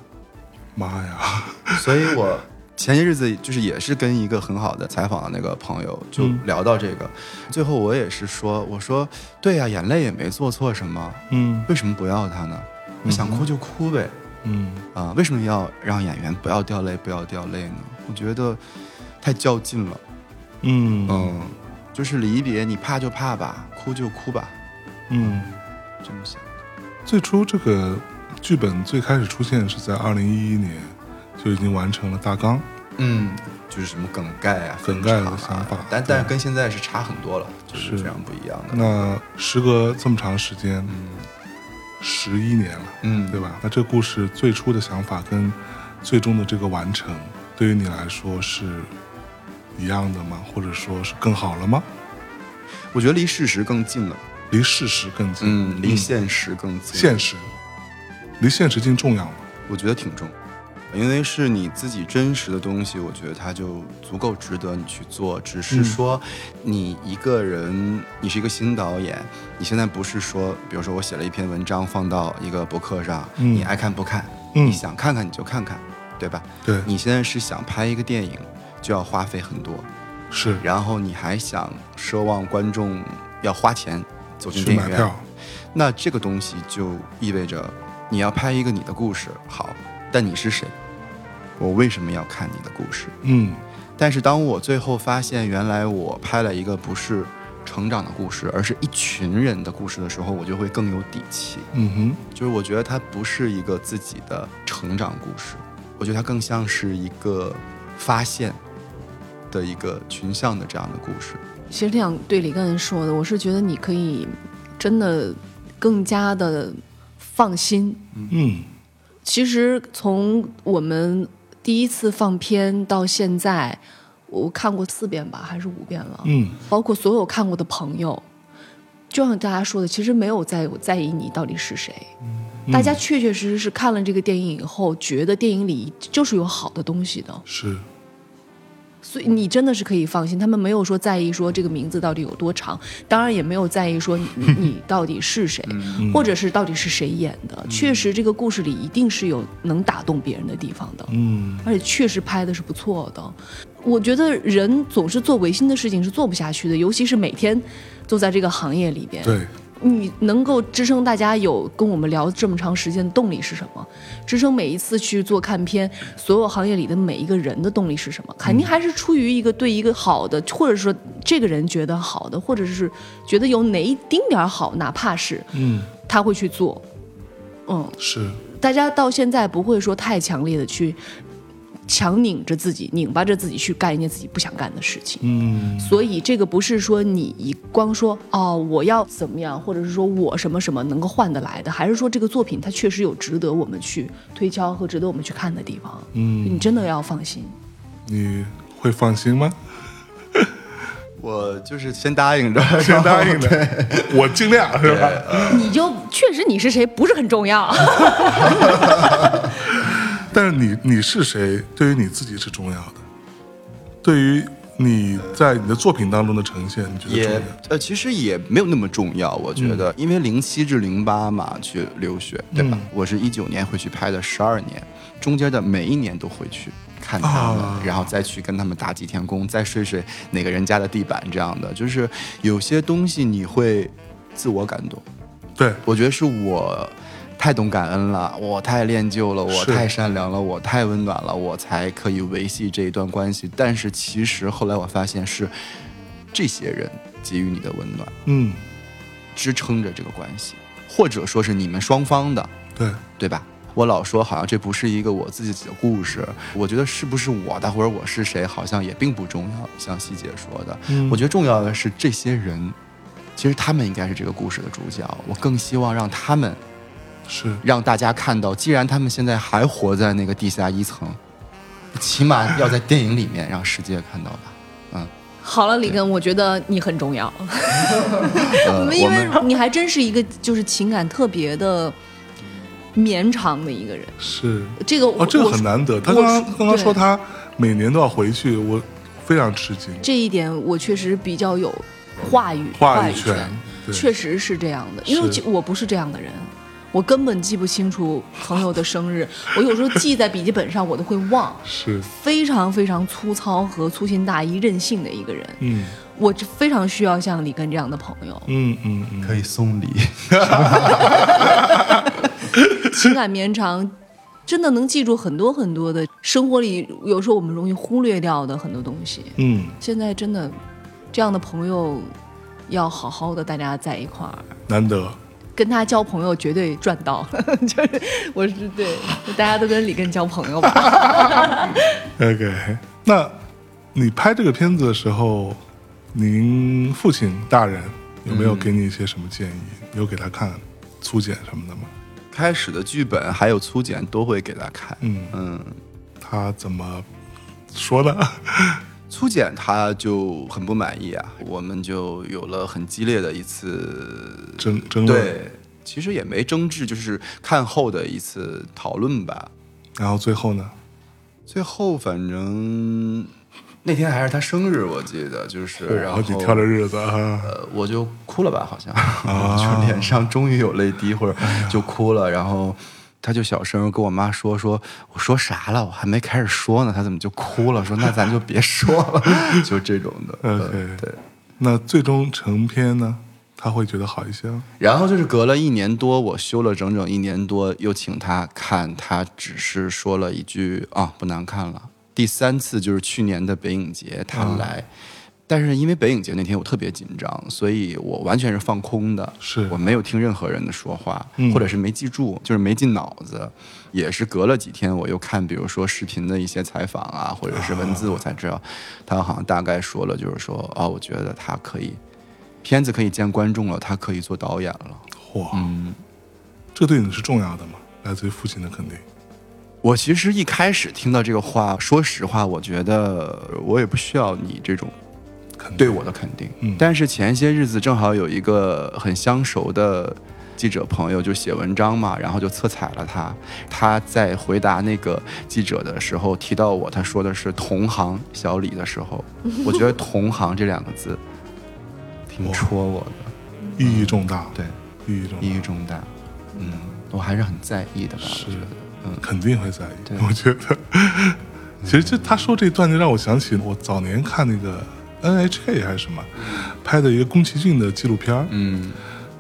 妈呀，所以我前些日子就是也是跟一个很好的采访的那个朋友就聊到这个，最后我也是说，我说对呀、眼泪也没做错什么，嗯为什么不要他呢？我想哭就哭呗，嗯啊，为什么要让演员不要掉泪，不要掉泪呢？我觉得太较劲了，嗯嗯，就是离别，你怕就怕吧，哭就哭吧，嗯。这么想。最初这个剧本最开始出现是在二零一一年，就已经完成了大纲。嗯，就是什么梗概啊，梗概的分场啊想法但但是跟现在是差很多了，就是是非常不一样的。那时隔这么长时间，十一年了，嗯，对吧？那这故事最初的想法跟最终的这个完成，对于你来说是一样的吗？或者说是更好了吗？我觉得离事实更近了，离事实更近，嗯嗯，离现实更近。现实，离现实近重要吗？我觉得挺重，因为是你自己真实的东西，我觉得它就足够值得你去做。只嗯是说，你一个人，你是一个新导演，你现在不是说，比如说我写了一篇文章放到一个博客上，嗯你爱看不看，嗯你想看看你就看看，对吧？对，你现在是想拍一个电影，就要花费很多，是然后你还想奢望观众要花钱走进去电买影院票，，那这个东西就意味着你要拍一个你的故事，好，但你是谁？我为什么要看你的故事？嗯但是当我最后发现，原来我拍了一个不是成长的故事，而是一群人的故事的时候，我就会更有底气。嗯就是我觉得它不是一个自己的成长故事，我觉得它更像是一个发现的一个群像的这样的故事。其实挺想对李根说的，我是觉得你可以真的更加的放心。哼，嗯其实从我们第一次放片到现在，我看过四遍吧，还是五遍了。嗯，包括所有看过的朋友，就像大家说的，其实没有在我在意你到底是谁，大家确确实实是看了这个电影以后，觉得电影里就是有好的东西的，是，所以你真的是可以放心，他们没有说在意说这个名字到底有多长，当然也没有在意说你你你到底是谁，或者是到底是谁演的，确实这个故事里一定是有能打动别人的地方的，嗯而且确实拍的是不错的。我觉得人总是做违心的事情是做不下去的，尤其是每天都在这个行业里边。对，你能够支撑大家有跟我们聊这么长时间的动力是什么？支撑每一次去做看片，所有行业里的每一个人的动力是什么？肯定还是出于一个对一个好的，或者说这个人觉得好的，或者是觉得有哪一丁点儿好，哪怕是嗯他会去做。嗯，是，大家到现在不会说太强烈的去强拧着自己，拧巴着自己去干一件自己不想干的事情。嗯所以这个不是说你一光说哦我要怎么样，或者是说我什么什么能够换得来的，还是说这个作品它确实有值得我们去推敲和值得我们去看的地方。你嗯，真的要放心。你会放心 吗？我就是先答 应着，先答应的，我尽量是吧？你就确实你是谁不是很重要，但是你你是谁，对于你自己是重要的，对于你在你的作品当中的呈现，你觉得重嗯也点？呃，其实也没有那么重要，我觉得，因为零七至零八嘛去留学，对吧？嗯我是一九年回去拍的，十二年，中间的每一年都回去看他们，啊然后再去跟他们打几天工，再睡睡哪个人家的地板这样的，就是有些东西你会自我感动，对，我觉得是我太懂感恩了，我太恋旧了，我是太善良了，我太温暖了，我才可以维系这一段关系。但是其实后来我发现是这些人给予你的温暖，嗯，支撑着这个关系，或者说是你们双方的，对，对吧？我老说好像这不是一个我自己的故事，我觉得是不是我的或者我是谁，好像也并不重要。像希姐说的，嗯我觉得重要的是这些人，其实他们应该是这个故事的主角。我更希望让他们是让大家看到，既然他们现在还活在那个地下一层，起码要在电影里面让世界看 到吧。嗯，好了，李根，我觉得你很重要，呃、因我为们你还真是一个就是情感特别的绵长的一个人。是，这个我、哦，这个我很难得。他我刚刚是刚刚说对他每年都要回去，我非常吃惊。这一点我确实比较有话语话语权，权，对确实是这样的，因为是我不是这样的人。我根本记不清楚朋友的 生日，我有时候记在笔记本上，我都会忘，是，非常非常粗糙和粗心大意、任性的一个人。嗯我就非常需要像李根这样的朋 友，嗯嗯嗯，可以送礼，情感绵长，真的能记住很多很多的生活里，有时候我们容易忽略掉的很多东西。嗯，现在真的，这样的朋友要好好的，大家在一块儿，难得。跟他交朋友绝对赚到。 就是我是对，大家都跟李根交朋友吧。 OK，那你拍这个片子的时候，您父亲大人有没有给你一些什么建议？有给他看粗剪什么的吗？开始的剧本还有粗剪都会给他看。嗯，嗯，他怎么说呢？粗剪他就很不满意啊，我们就有了很激烈的一次 争争论，对，其实也没争执，就是看后的一次讨论吧。然后最后呢？最后反正那天还是他生日，我记得就是，然后哦你挑的日子啊，呃，我就哭了吧，好像， 就脸上终于有泪滴，或者哎就哭了，然后。他就小声跟我妈说：“说我说啥了？我还没开始说呢，他怎么就哭了？说那咱就别说了， 就这种的。呃 OK 对。那最终成片呢？他会觉得好一些吗？然后就是隔了一年多，我休了整整一年多，又请他看，他只是说了一句啊，不难看了。第三次就是去年的北影节，他来，嗯但是因为北影节那天我特别紧张，所以我完全是放空的，是我没有听任何人的说话，嗯或者是没记住，就是没进脑子。也是隔了几天，我又看，比如说视频的一些采访啊，或者是文字，我才知道，他好像大概说了，就是说，哦，我觉得他可以。片子可以见观众了，他可以做导演了。哇，这对你是重要的吗？来自于父亲的肯定。我其实一开始听到这个话，说实话，我觉得我也不需要你这种肯定对我的肯定。嗯但是前些日子正好有一个很相熟的记者朋友就写文章嘛，然后就侧踩了他。他在回答那个记者的时候提到我，他说的是同行小李的时候，我觉得“同行”这两 个字挺戳我的，意义重大，对，意义重意义大，重大。嗯，我还是很在意的吧，我觉得。嗯，肯定会在意对。我觉 得，其实这他说这段就让我想起我早年看那个 NHK 还是什么拍的一个宫崎骏的纪录片儿。嗯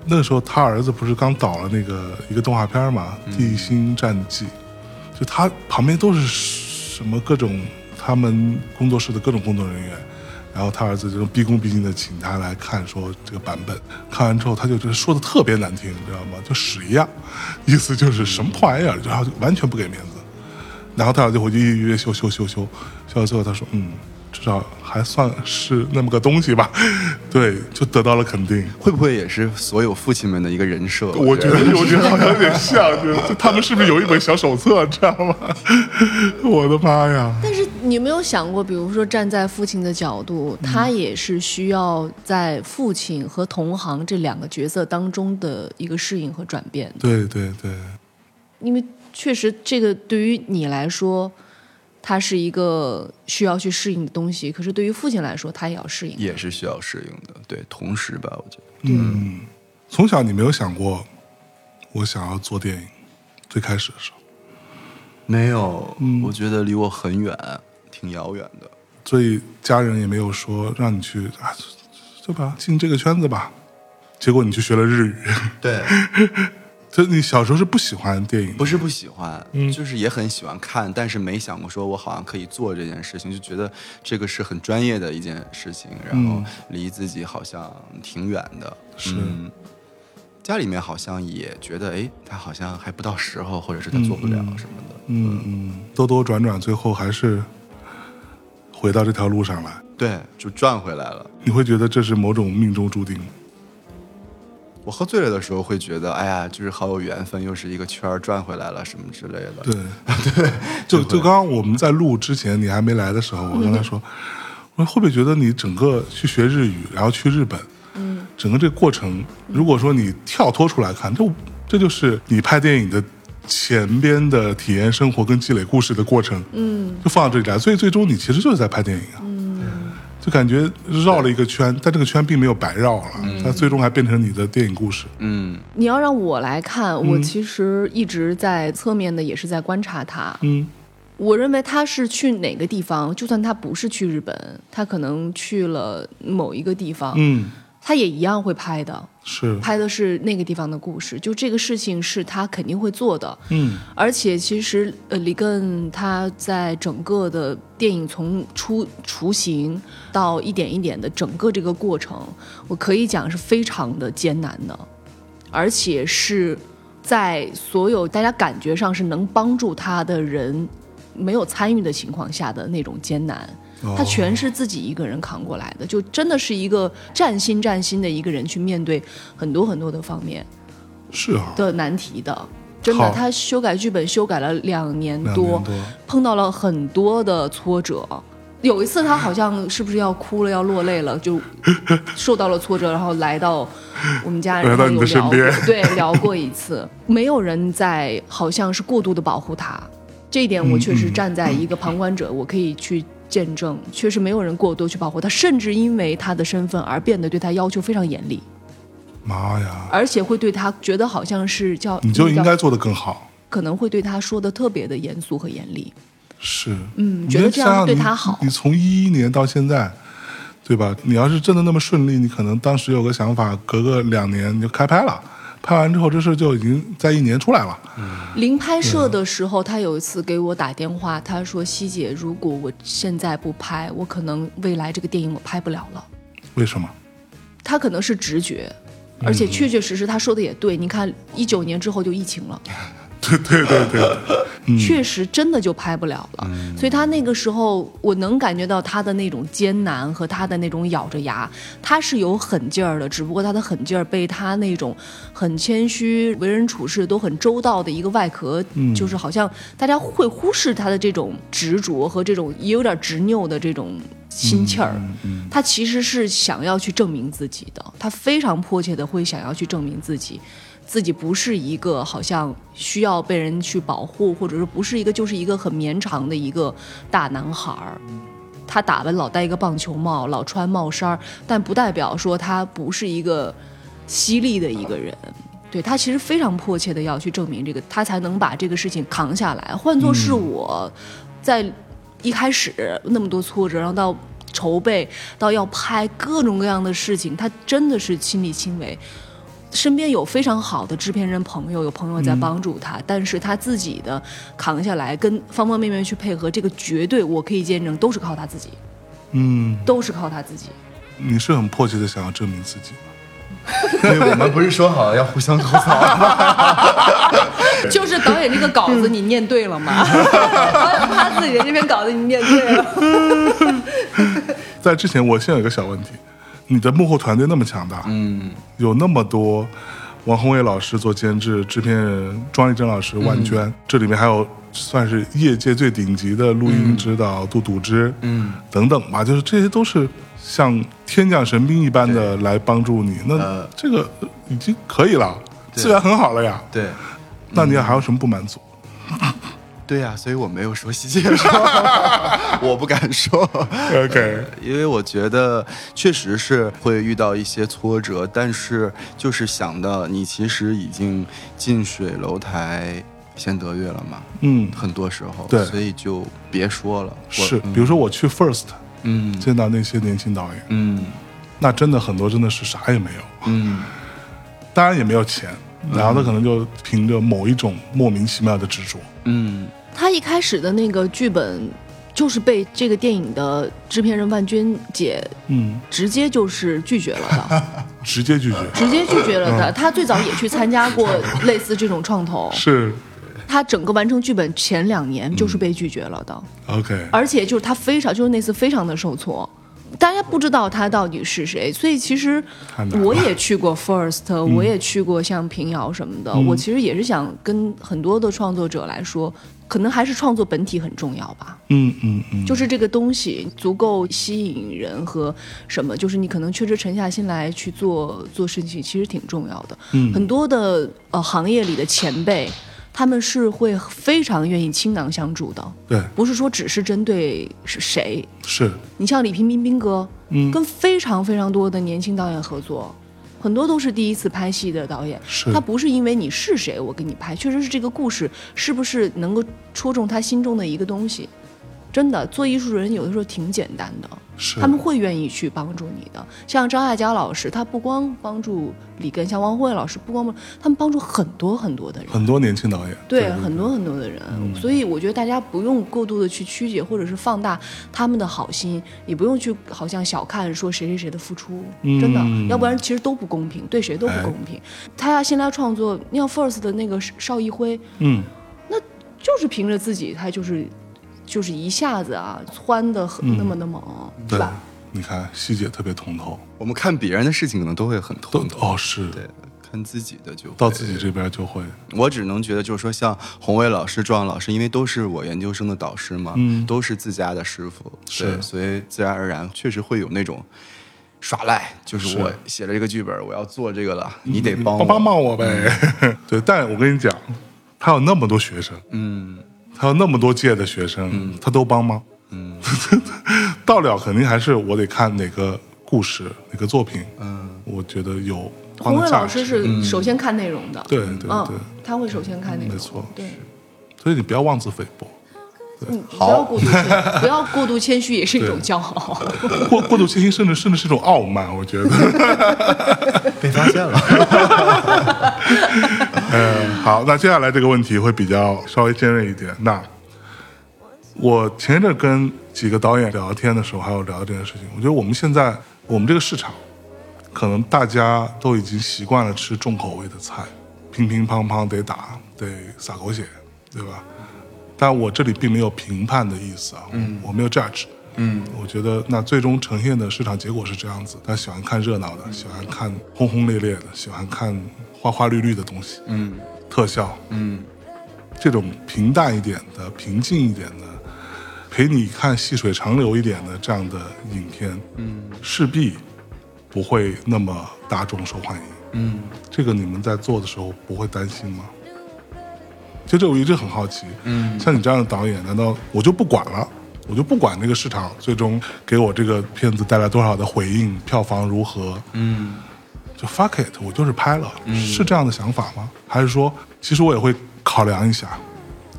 那时候他儿子不是刚导了那个一个动画片儿嘛，《地心战记》，就他旁边都是什么各种他们工作室的各种工作人员，然后他儿子就毕恭毕敬的请他来看，说这个版本，看完之后他就觉得说的特别难听，你知道吗？就屎一样，意思就是什么破玩意儿，然后就完全不给面子。然后他儿子回去一月修修修修，修到最后他说，嗯，至少还算是那么个东西吧，对，就得到了肯定。会不会也是所有父亲们的一个人设？我觉得，我觉得好像有点像，就是他们是不是有一本小手册，知道吗？ 我的妈呀！ 但是你有没有想过，比如说站在父亲的角度，他也是需要在父亲和同行这两个角色当中的一个适应和转变的，对对对，因为确实这个对于你来说。它是一个需要去适应的东西。可是对于父亲来说，他也要适应。也是需要适应的。对，同时吧，我觉得从小你没有想过我想要做电影，最开始的时候，没有，我觉得离我很远，挺遥远的。所以家人也没有说让你去啊，对吧？进这个圈子吧。结果你去学了日语， 对，所以你小时候是不喜欢电影的，不是不喜欢，就是也很喜欢看，但是没想过说我好像可以做这件事情，就觉得这个是很专业的一件事情，然后离自己好像挺远的。是嗯家里面好像也觉得，哎，他好像还不到时候，或者是他做不了什么的。嗯嗯，兜兜转转，最后还是回到这条路上来。对，就转回来了。你会觉得这是某种命中注定。我喝醉了的时候会觉得，哎呀，就是好有缘分，又是一个圈儿转回来了什么之类的。 对对，嗯就就刚刚我们在录之前，你还没来的时候，我跟他说，我说会不会觉得你整个去学日语，然后去日本，嗯，整个这个过程，如果说你跳脱出来看，这这就是你拍电影的。前边的体验生活跟积累故事的过程，嗯，就放到这里来，所以最终你其实就是在拍电影啊，嗯，就感觉绕了一个圈，但这个圈并没有白绕了，它最终还变成你的电影故事，嗯，你要让我来看，我其实一直在侧面的也是在观察他。嗯我认为他是去哪个地方，就算他不是去日本，他可能去了某一个地方，嗯，他也一样会拍的，是，拍的是那个地方的故事。就这个事情是他肯定会做的，嗯而且其实呃，里根他在整个的电影从出雏形到一点一点的整个这个过程，我可以讲是非常的艰难的，而且是在所有大家感觉上是能帮助他的人没有参与的情况下的那种艰难。他全是自己一个人扛过来的，就真的是一个战心战心的一个人去面对很多很多的方面。是啊，的难题的。真的好，他修改剧本修改了两年两多年，多，碰到了很多的挫折。有一次，他好像是不是要哭了，要落泪了， 就受到了挫折，然后来到我们家，来然到后你有的身聊过边，对，聊过一次。没有人在，好像是过度的保护他，这一点我确嗯实站在一个旁观者，我可以去见证，确实没有人过多去保护他，甚至因为他的身份而变得对他要求非常严厉，妈呀！而且会对他觉得好像是叫你就应叫该做得更好，可能会对他说的特别的严肃和严厉。是，嗯你觉得就嗯这样想想对你他好你从一一年到现在，对吧？你要是真的那么顺利，你可能当时有个想法，隔个两年你就开拍了，拍完之后这事就已经在一年出来了。临拍摄的时候，他有一次给我打电话，他说：“希姐，如果我现在不拍，我可能未来这个电影我拍不了了。为什么？” 他可能是直觉，而且确确实实他说的也对。你看，一九年之后就疫情了，对对对对，确实真的就拍不了了。所以他那个时候，我能感觉到他的那种艰难和他的那种咬着牙，他是有狠劲儿的，只不过他的狠劲儿被他那种很谦虚、为人处事都很周到的一个外壳，就是好像大家会忽视他的这种执着和这种也有点执拗的这种心气儿。他其实是想要去证明自己的，他非常迫切的会想要去证明自己。自己不是一个好像需要被人去保护，或者说不是一个就是一个很绵长的一个大男孩儿。他打扮老戴一个棒球帽，老穿帽衫儿，但不代表说他不是一个犀利的一个人。对他其实非常迫切的要去证明这个，他才能把这个事情扛下来。换作是我，在一开始那么多挫折，然后到筹备，到要拍各种各样的事情，他真的是亲力亲为。身边有非常好的制片人朋友，有朋友在帮助他，但是他自己的扛下来，跟方方面面去配合，这个绝对我可以见证，都是靠他自己，嗯，都是靠他自己。 你是很迫切的想要证明自己吗。 对，我们不是说好要互相吐槽吗？就是导演这个稿子你念对了吗？ 导演他自己的这篇稿子你念对了，在之前，我先有一个小问题：你的幕后团队那么强大，嗯，有那么多王宏伟老师做监制、制片人，庄丽珍老师、万嗯娟，这里面还有算是业界最顶级的录音指导、杜笃之，嗯，等等吧，就是这些都是像天降神兵一般的来帮助你。那呃这个已经可以了，对资源很好了呀。对，那你还有什么不满足？对呀、所以我没有 说西界说，我不敢说。呃 OK，因为我觉得确实是会遇到一些挫折，但是就是想到你其实已经近水楼台先得月了嘛，嗯，很多时候，对所以就别说了。我是，比如说我去 First 嗯见到那些年轻导演，嗯那真的很多真的是啥也没有，嗯，当然也没有钱，然后他可能就凭着某一种莫名其妙的执着，嗯他一开始的那个剧本，就是被这个电影的制片人万娟姐嗯，直接就是拒绝了的， 直接拒绝，直接拒绝了的。他最早也去参加过类似这种创投，嗯 是他整个完成剧本前两年就是被拒绝了的，嗯 OK，而且就是他非常就是那次非常的受挫。大家不知道他到底是谁，所以其实太难了嗯我也去过 First，、我也去过像平遥什么的。我其实也是想跟很多的创作者来说，可能还是创作本体很重要吧。嗯嗯嗯，就是这个东西足够吸引人和什么，就是你可能确实沉下心来去做做事情，其实挺重要的。嗯很多的呃行业里的前辈，他们是会非常愿意倾囊相助的，对，不是说只是针对是谁。是，你像李平民斌哥，嗯跟非常非常多的年轻导演合作。很多都是第一次拍戏的导演，是他不是因为你是谁我给你拍，确实是这个故事是不是能够戳中他心中的一个东西。真的，做艺术人有的时候挺简单的，是，他们会愿意去帮助你的。像张艾嘉老师，他不光帮助李根，像汪慧老师不光帮，他们帮助很多很多的人。很多年轻导演，对很多很多的人，嗯所以我觉得大家不用过度的去曲解或者是放大他们的好心，也不用去好像小看说谁谁谁的付出，嗯真的，要不然其实都不公平，对谁哎都不公平。他要先来创作，你像 First 的那个邵艺辉，嗯，就是凭着自己，他就是就是一下子啊窜的很那么的猛，是嗯对吧？，你看西姐特别通透，我们看别人的事情可能都会很都痛，哦是，对，看自己的就到会自己这边就会，我只能觉得，就是说，像洪伟老师、壮老师，因为都是我研究生的导师嘛，嗯都是自家的师傅，是对所以自然而然确实会有那种耍赖，就是是我写了这个剧本，我要做这个了，你得帮我，嗯帮帮忙我呗。 对，但我跟你讲，他有那么多学生，嗯他有那么多届的学生，他都帮忙。嗯 到了肯定还是我得看哪个故事、哪个作品，嗯，我觉得有它洪的伟价老师值。是首先看内容的，对对嗯对，，他会首先看内容，没错对。所以你不要妄自菲薄。嗯不要过度谦，不要过度谦虚，也是一种骄傲。 过过度谦虚，甚至甚至是一种傲慢，我觉得。 被发现了， 嗯，好，那接下来这个问题会比较稍微尖锐一点。那我前一阵跟几个导演聊天的时候，还有聊到这件事情，我觉得我们现在我们这个市场，可能大家都已经习惯了吃重口味的菜，乒乒乓乓得打，得撒狗血，对吧？但我这里并没有评判的意思啊，嗯，我没有 judge，嗯，我觉得那最终呈现的市场结果是这样子，他喜欢看热闹的，喜欢看轰轰烈烈的，喜欢看花花绿绿的东西，嗯，特效，嗯，这种平淡一点的、平静一点的、陪你看细水长流一点的这样的影片，嗯，势必不会那么大众受欢迎。嗯，这个你们在做的时候不会担心吗？就这，我一直很好奇。嗯，像你这样的导演，难道我就不管了？我就不管那个市场最终给我这个片子带来多少的回应，票房如何？嗯，就 fuck it，我就是拍了，是这样的想法吗？还是说，其实我也会考量一下，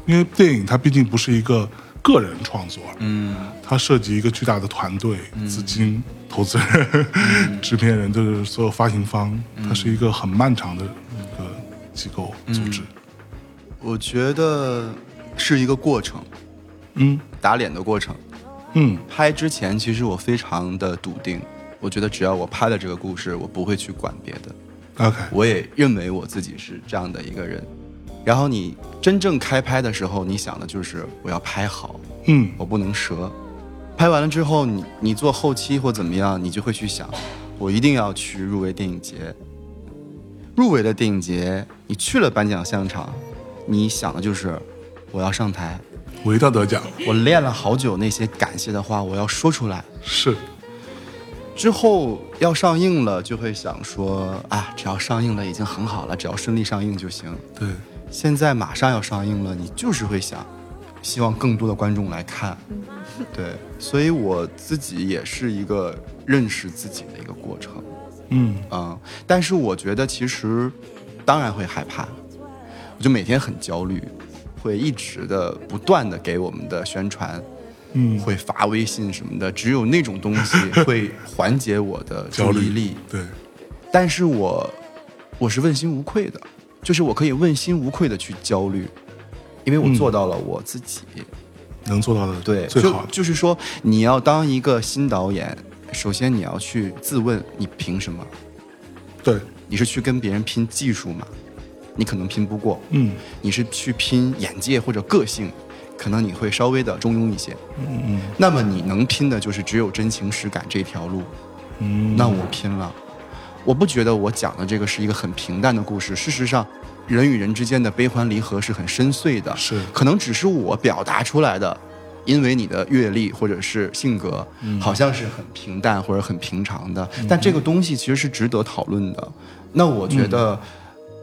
因为电影它毕竟不是一个个人创作，嗯，它涉及一个巨大的团队、资金、投资人、 制片人，就是所有发行方，它是一个很漫长的一个机构组织，我觉得是一个过程，嗯打脸的过程。嗯拍之前，其实我非常的笃定，我觉得只要我拍了这个故事，我不会去管别的。 ，OK，我也认为我自己是这样的一个人。然后你真正开拍的时候，你想的就是我要拍好，嗯我不能折。拍完了之后，你你做后期或怎么样，你就会去想，我一定要去入围电影节。入围了电影节，你去了颁奖现场，你想的就是我要上台，我一定要得奖，我练了好久那些感谢的话，我要说出来。是之后要上映了，就会想说啊，只要上映了已经很好了，只要顺利上映就行。对，现在马上要上映了，你就是会想，希望更多的观众来看。 对，所以我自己也是一个认识自己的一个过程。嗯，嗯，但是我觉得其实当然会害怕，我就每天很焦虑，会一直的不断的给我们的宣传，嗯，会发微信什么的，只有那种东 西会缓解我的焦注虑意力。对，但是我我是问心无愧的，就是我可以问心无愧的去焦虑，因为我做到了我自己。能做到的对，嗯最就好的，就是说，你要当一个新导演，首先你要去自问，你凭什么？对，你是去跟别人拼技术吗？你可能拼不过，嗯你是去拼眼界或者个性，可能你会稍微的中庸一些。嗯嗯那么你能拼的就是只有真情实感这条路。嗯，那我拼了，我不觉得我讲的这个是一个很平淡的故事。事实上，人与人之间的悲欢离合是很深邃的，是可能只是我表达出来的，因为你的阅历或者是性格，好像是很平淡或者很平常的，但这个东西其实是值得讨论的。那我觉得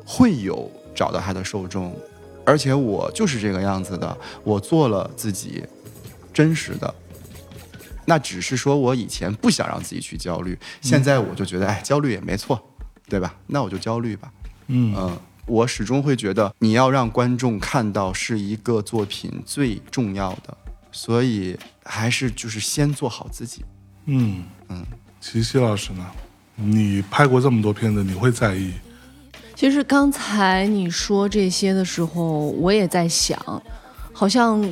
会有找到他的受众，而且我就是这个样子的，我做了自己真实的。那只是说我以前不想让自己去焦虑，现在我就觉得，哎，焦虑也没错，对吧？那我就焦虑吧。嗯嗯，我始终会觉得你要让观众看到是一个作品最重要的，所以还是就是先做好自己。嗯嗯，齐溪老师呢？你拍过这么多片子，你会在意？其实刚才你说这些的时候，我也在想，好像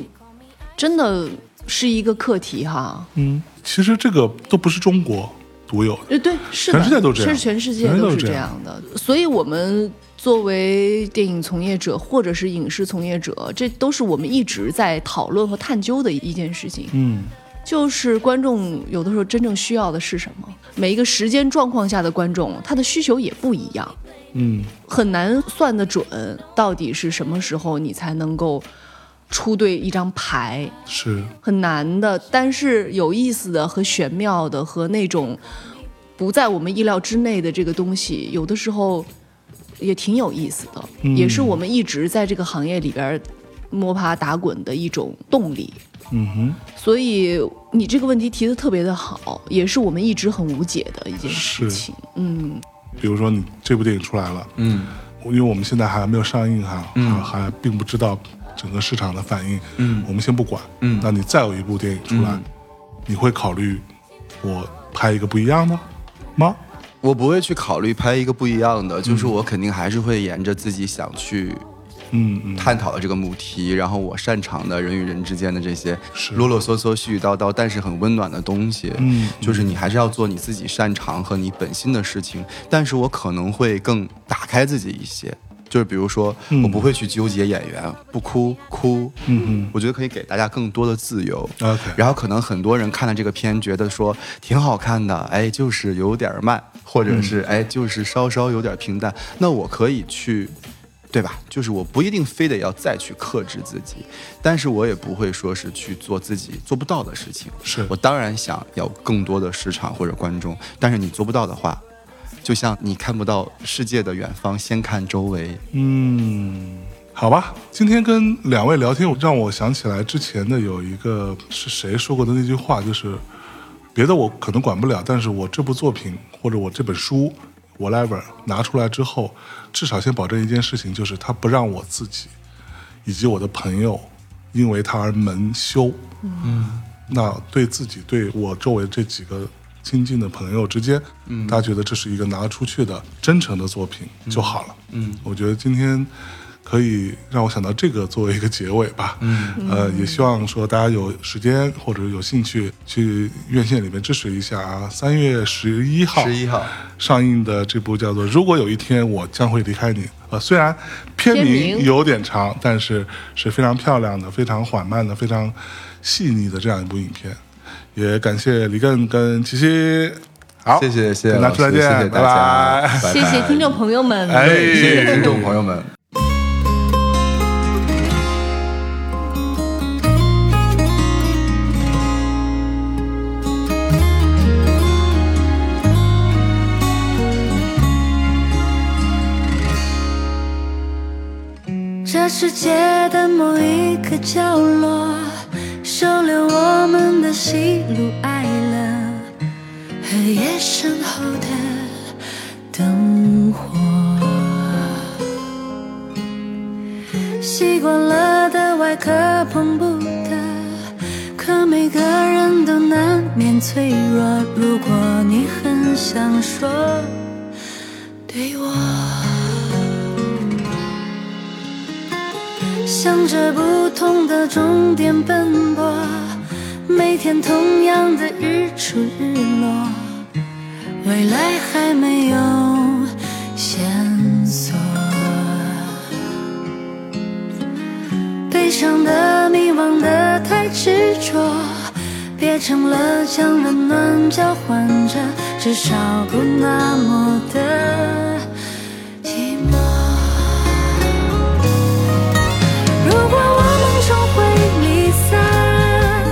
真的是一个课题哈。嗯，其实这个都不是中国独有的，呃，对，是的，全世界都这样是全世界全世界都都是是这这样样的。所以，我们作为电影从业者或者是影视从业者，这都是我们一直在讨论和探究的一件事情。嗯就是观众有的时候真正需要的是什么，每一个时间状况下的观众，他的需求也不一样。嗯很难算得准，到底是什么时候你才能够出对一张牌，是，很难的。但是有意思的和玄妙的和那种不在我们意料之内的这个东西，有的时候也挺有意思的，嗯也是我们一直在这个行业里边摸爬打滚的一种动力。嗯哼，所以你这个问题提的特别的好，也是我们一直很无解的一件事是情。嗯，比如说你这部电影出来了，嗯因为我们现在还没有上映哈，嗯还还并不知道整个市场的反应，嗯我们先不管。嗯那你再有一部电影出来，嗯你会考虑我拍一个不一样的吗？我不会去考虑拍一个不一样的，就是我肯定还是会沿着自己想去嗯嗯，探讨的这个母题，然后我擅长的人与人之间的这些是啰啰嗦嗦、絮絮叨叨，但是很温暖的东西。嗯就是你还是要做你自己擅长和你本心的事情，但是我可能会更打开自己一些。就是比如说，嗯我不会去纠结演员，不哭哭，嗯嗯，我觉得可以给大家更多的自由。 OK 然后可能很多人看了这个片，觉得说挺好看的，哎，就是有点慢，或者是、嗯哎，就是稍稍有点平淡。那我可以去对吧？就是我不一定非得要再去克制自己，但是我也不会说是去做自己做不到的事情。是我当然想要更多的市场或者观众，但是你做不到的话，就像你看不到世界的远方，先看周围。嗯，好吧，今天跟两位聊天，我让我想起来之前的有一个是谁说过的那句话，就是别的我可能管不了，但是我这部作品或者我这本书，whatever 拿出来之后，至少先保证一件事情，就是它不让我自己以及我的朋友因为它而蒙羞。嗯，那对自己对我周围这几个。亲近的朋友之间，嗯，大家觉得这是一个拿出去的真诚的作品就好了。嗯，我觉得今天可以让我想到这个作为一个结尾吧。嗯，呃，也希望说大家有时间或者有兴趣去院线里面支持一下啊。三月十一号，十一号，上映的这部叫做《如果有一天我将会离开你》。呃，虽然片片名名有点长，但是是非常漂亮的、非常缓慢的、非常细腻的这样一部影片。也感谢李更跟琪琪，好，谢谢谢谢跟大老家师，再谢见，谢大拜家，拜拜谢谢听众朋友们。哎对谢谢听众朋友们。这是世界的某一个角落，收留我们的喜怒哀乐，和夜深后的灯火。习惯了的外壳碰不得，可每个人都难免脆弱。如果你很想说对我，向着不同的终点奔波，每天同样的日出日落，未来还没有线索。悲伤的、迷惘的太执着，别成了将温暖交换着，至少不那么的寂寞。如果我们终会离散，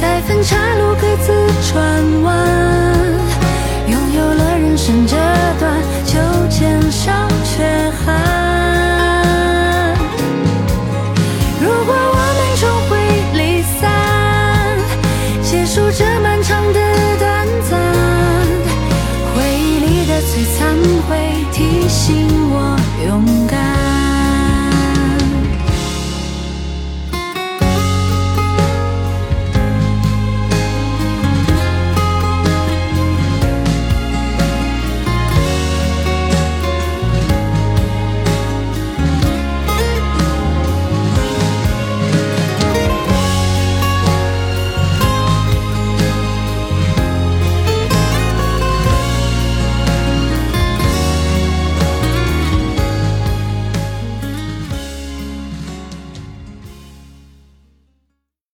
在分岔路各自转弯，拥有了人生这段秋千上缺憾。如果我们终会离散，结束这漫长的短暂，回忆里的璀璨会提醒我勇敢。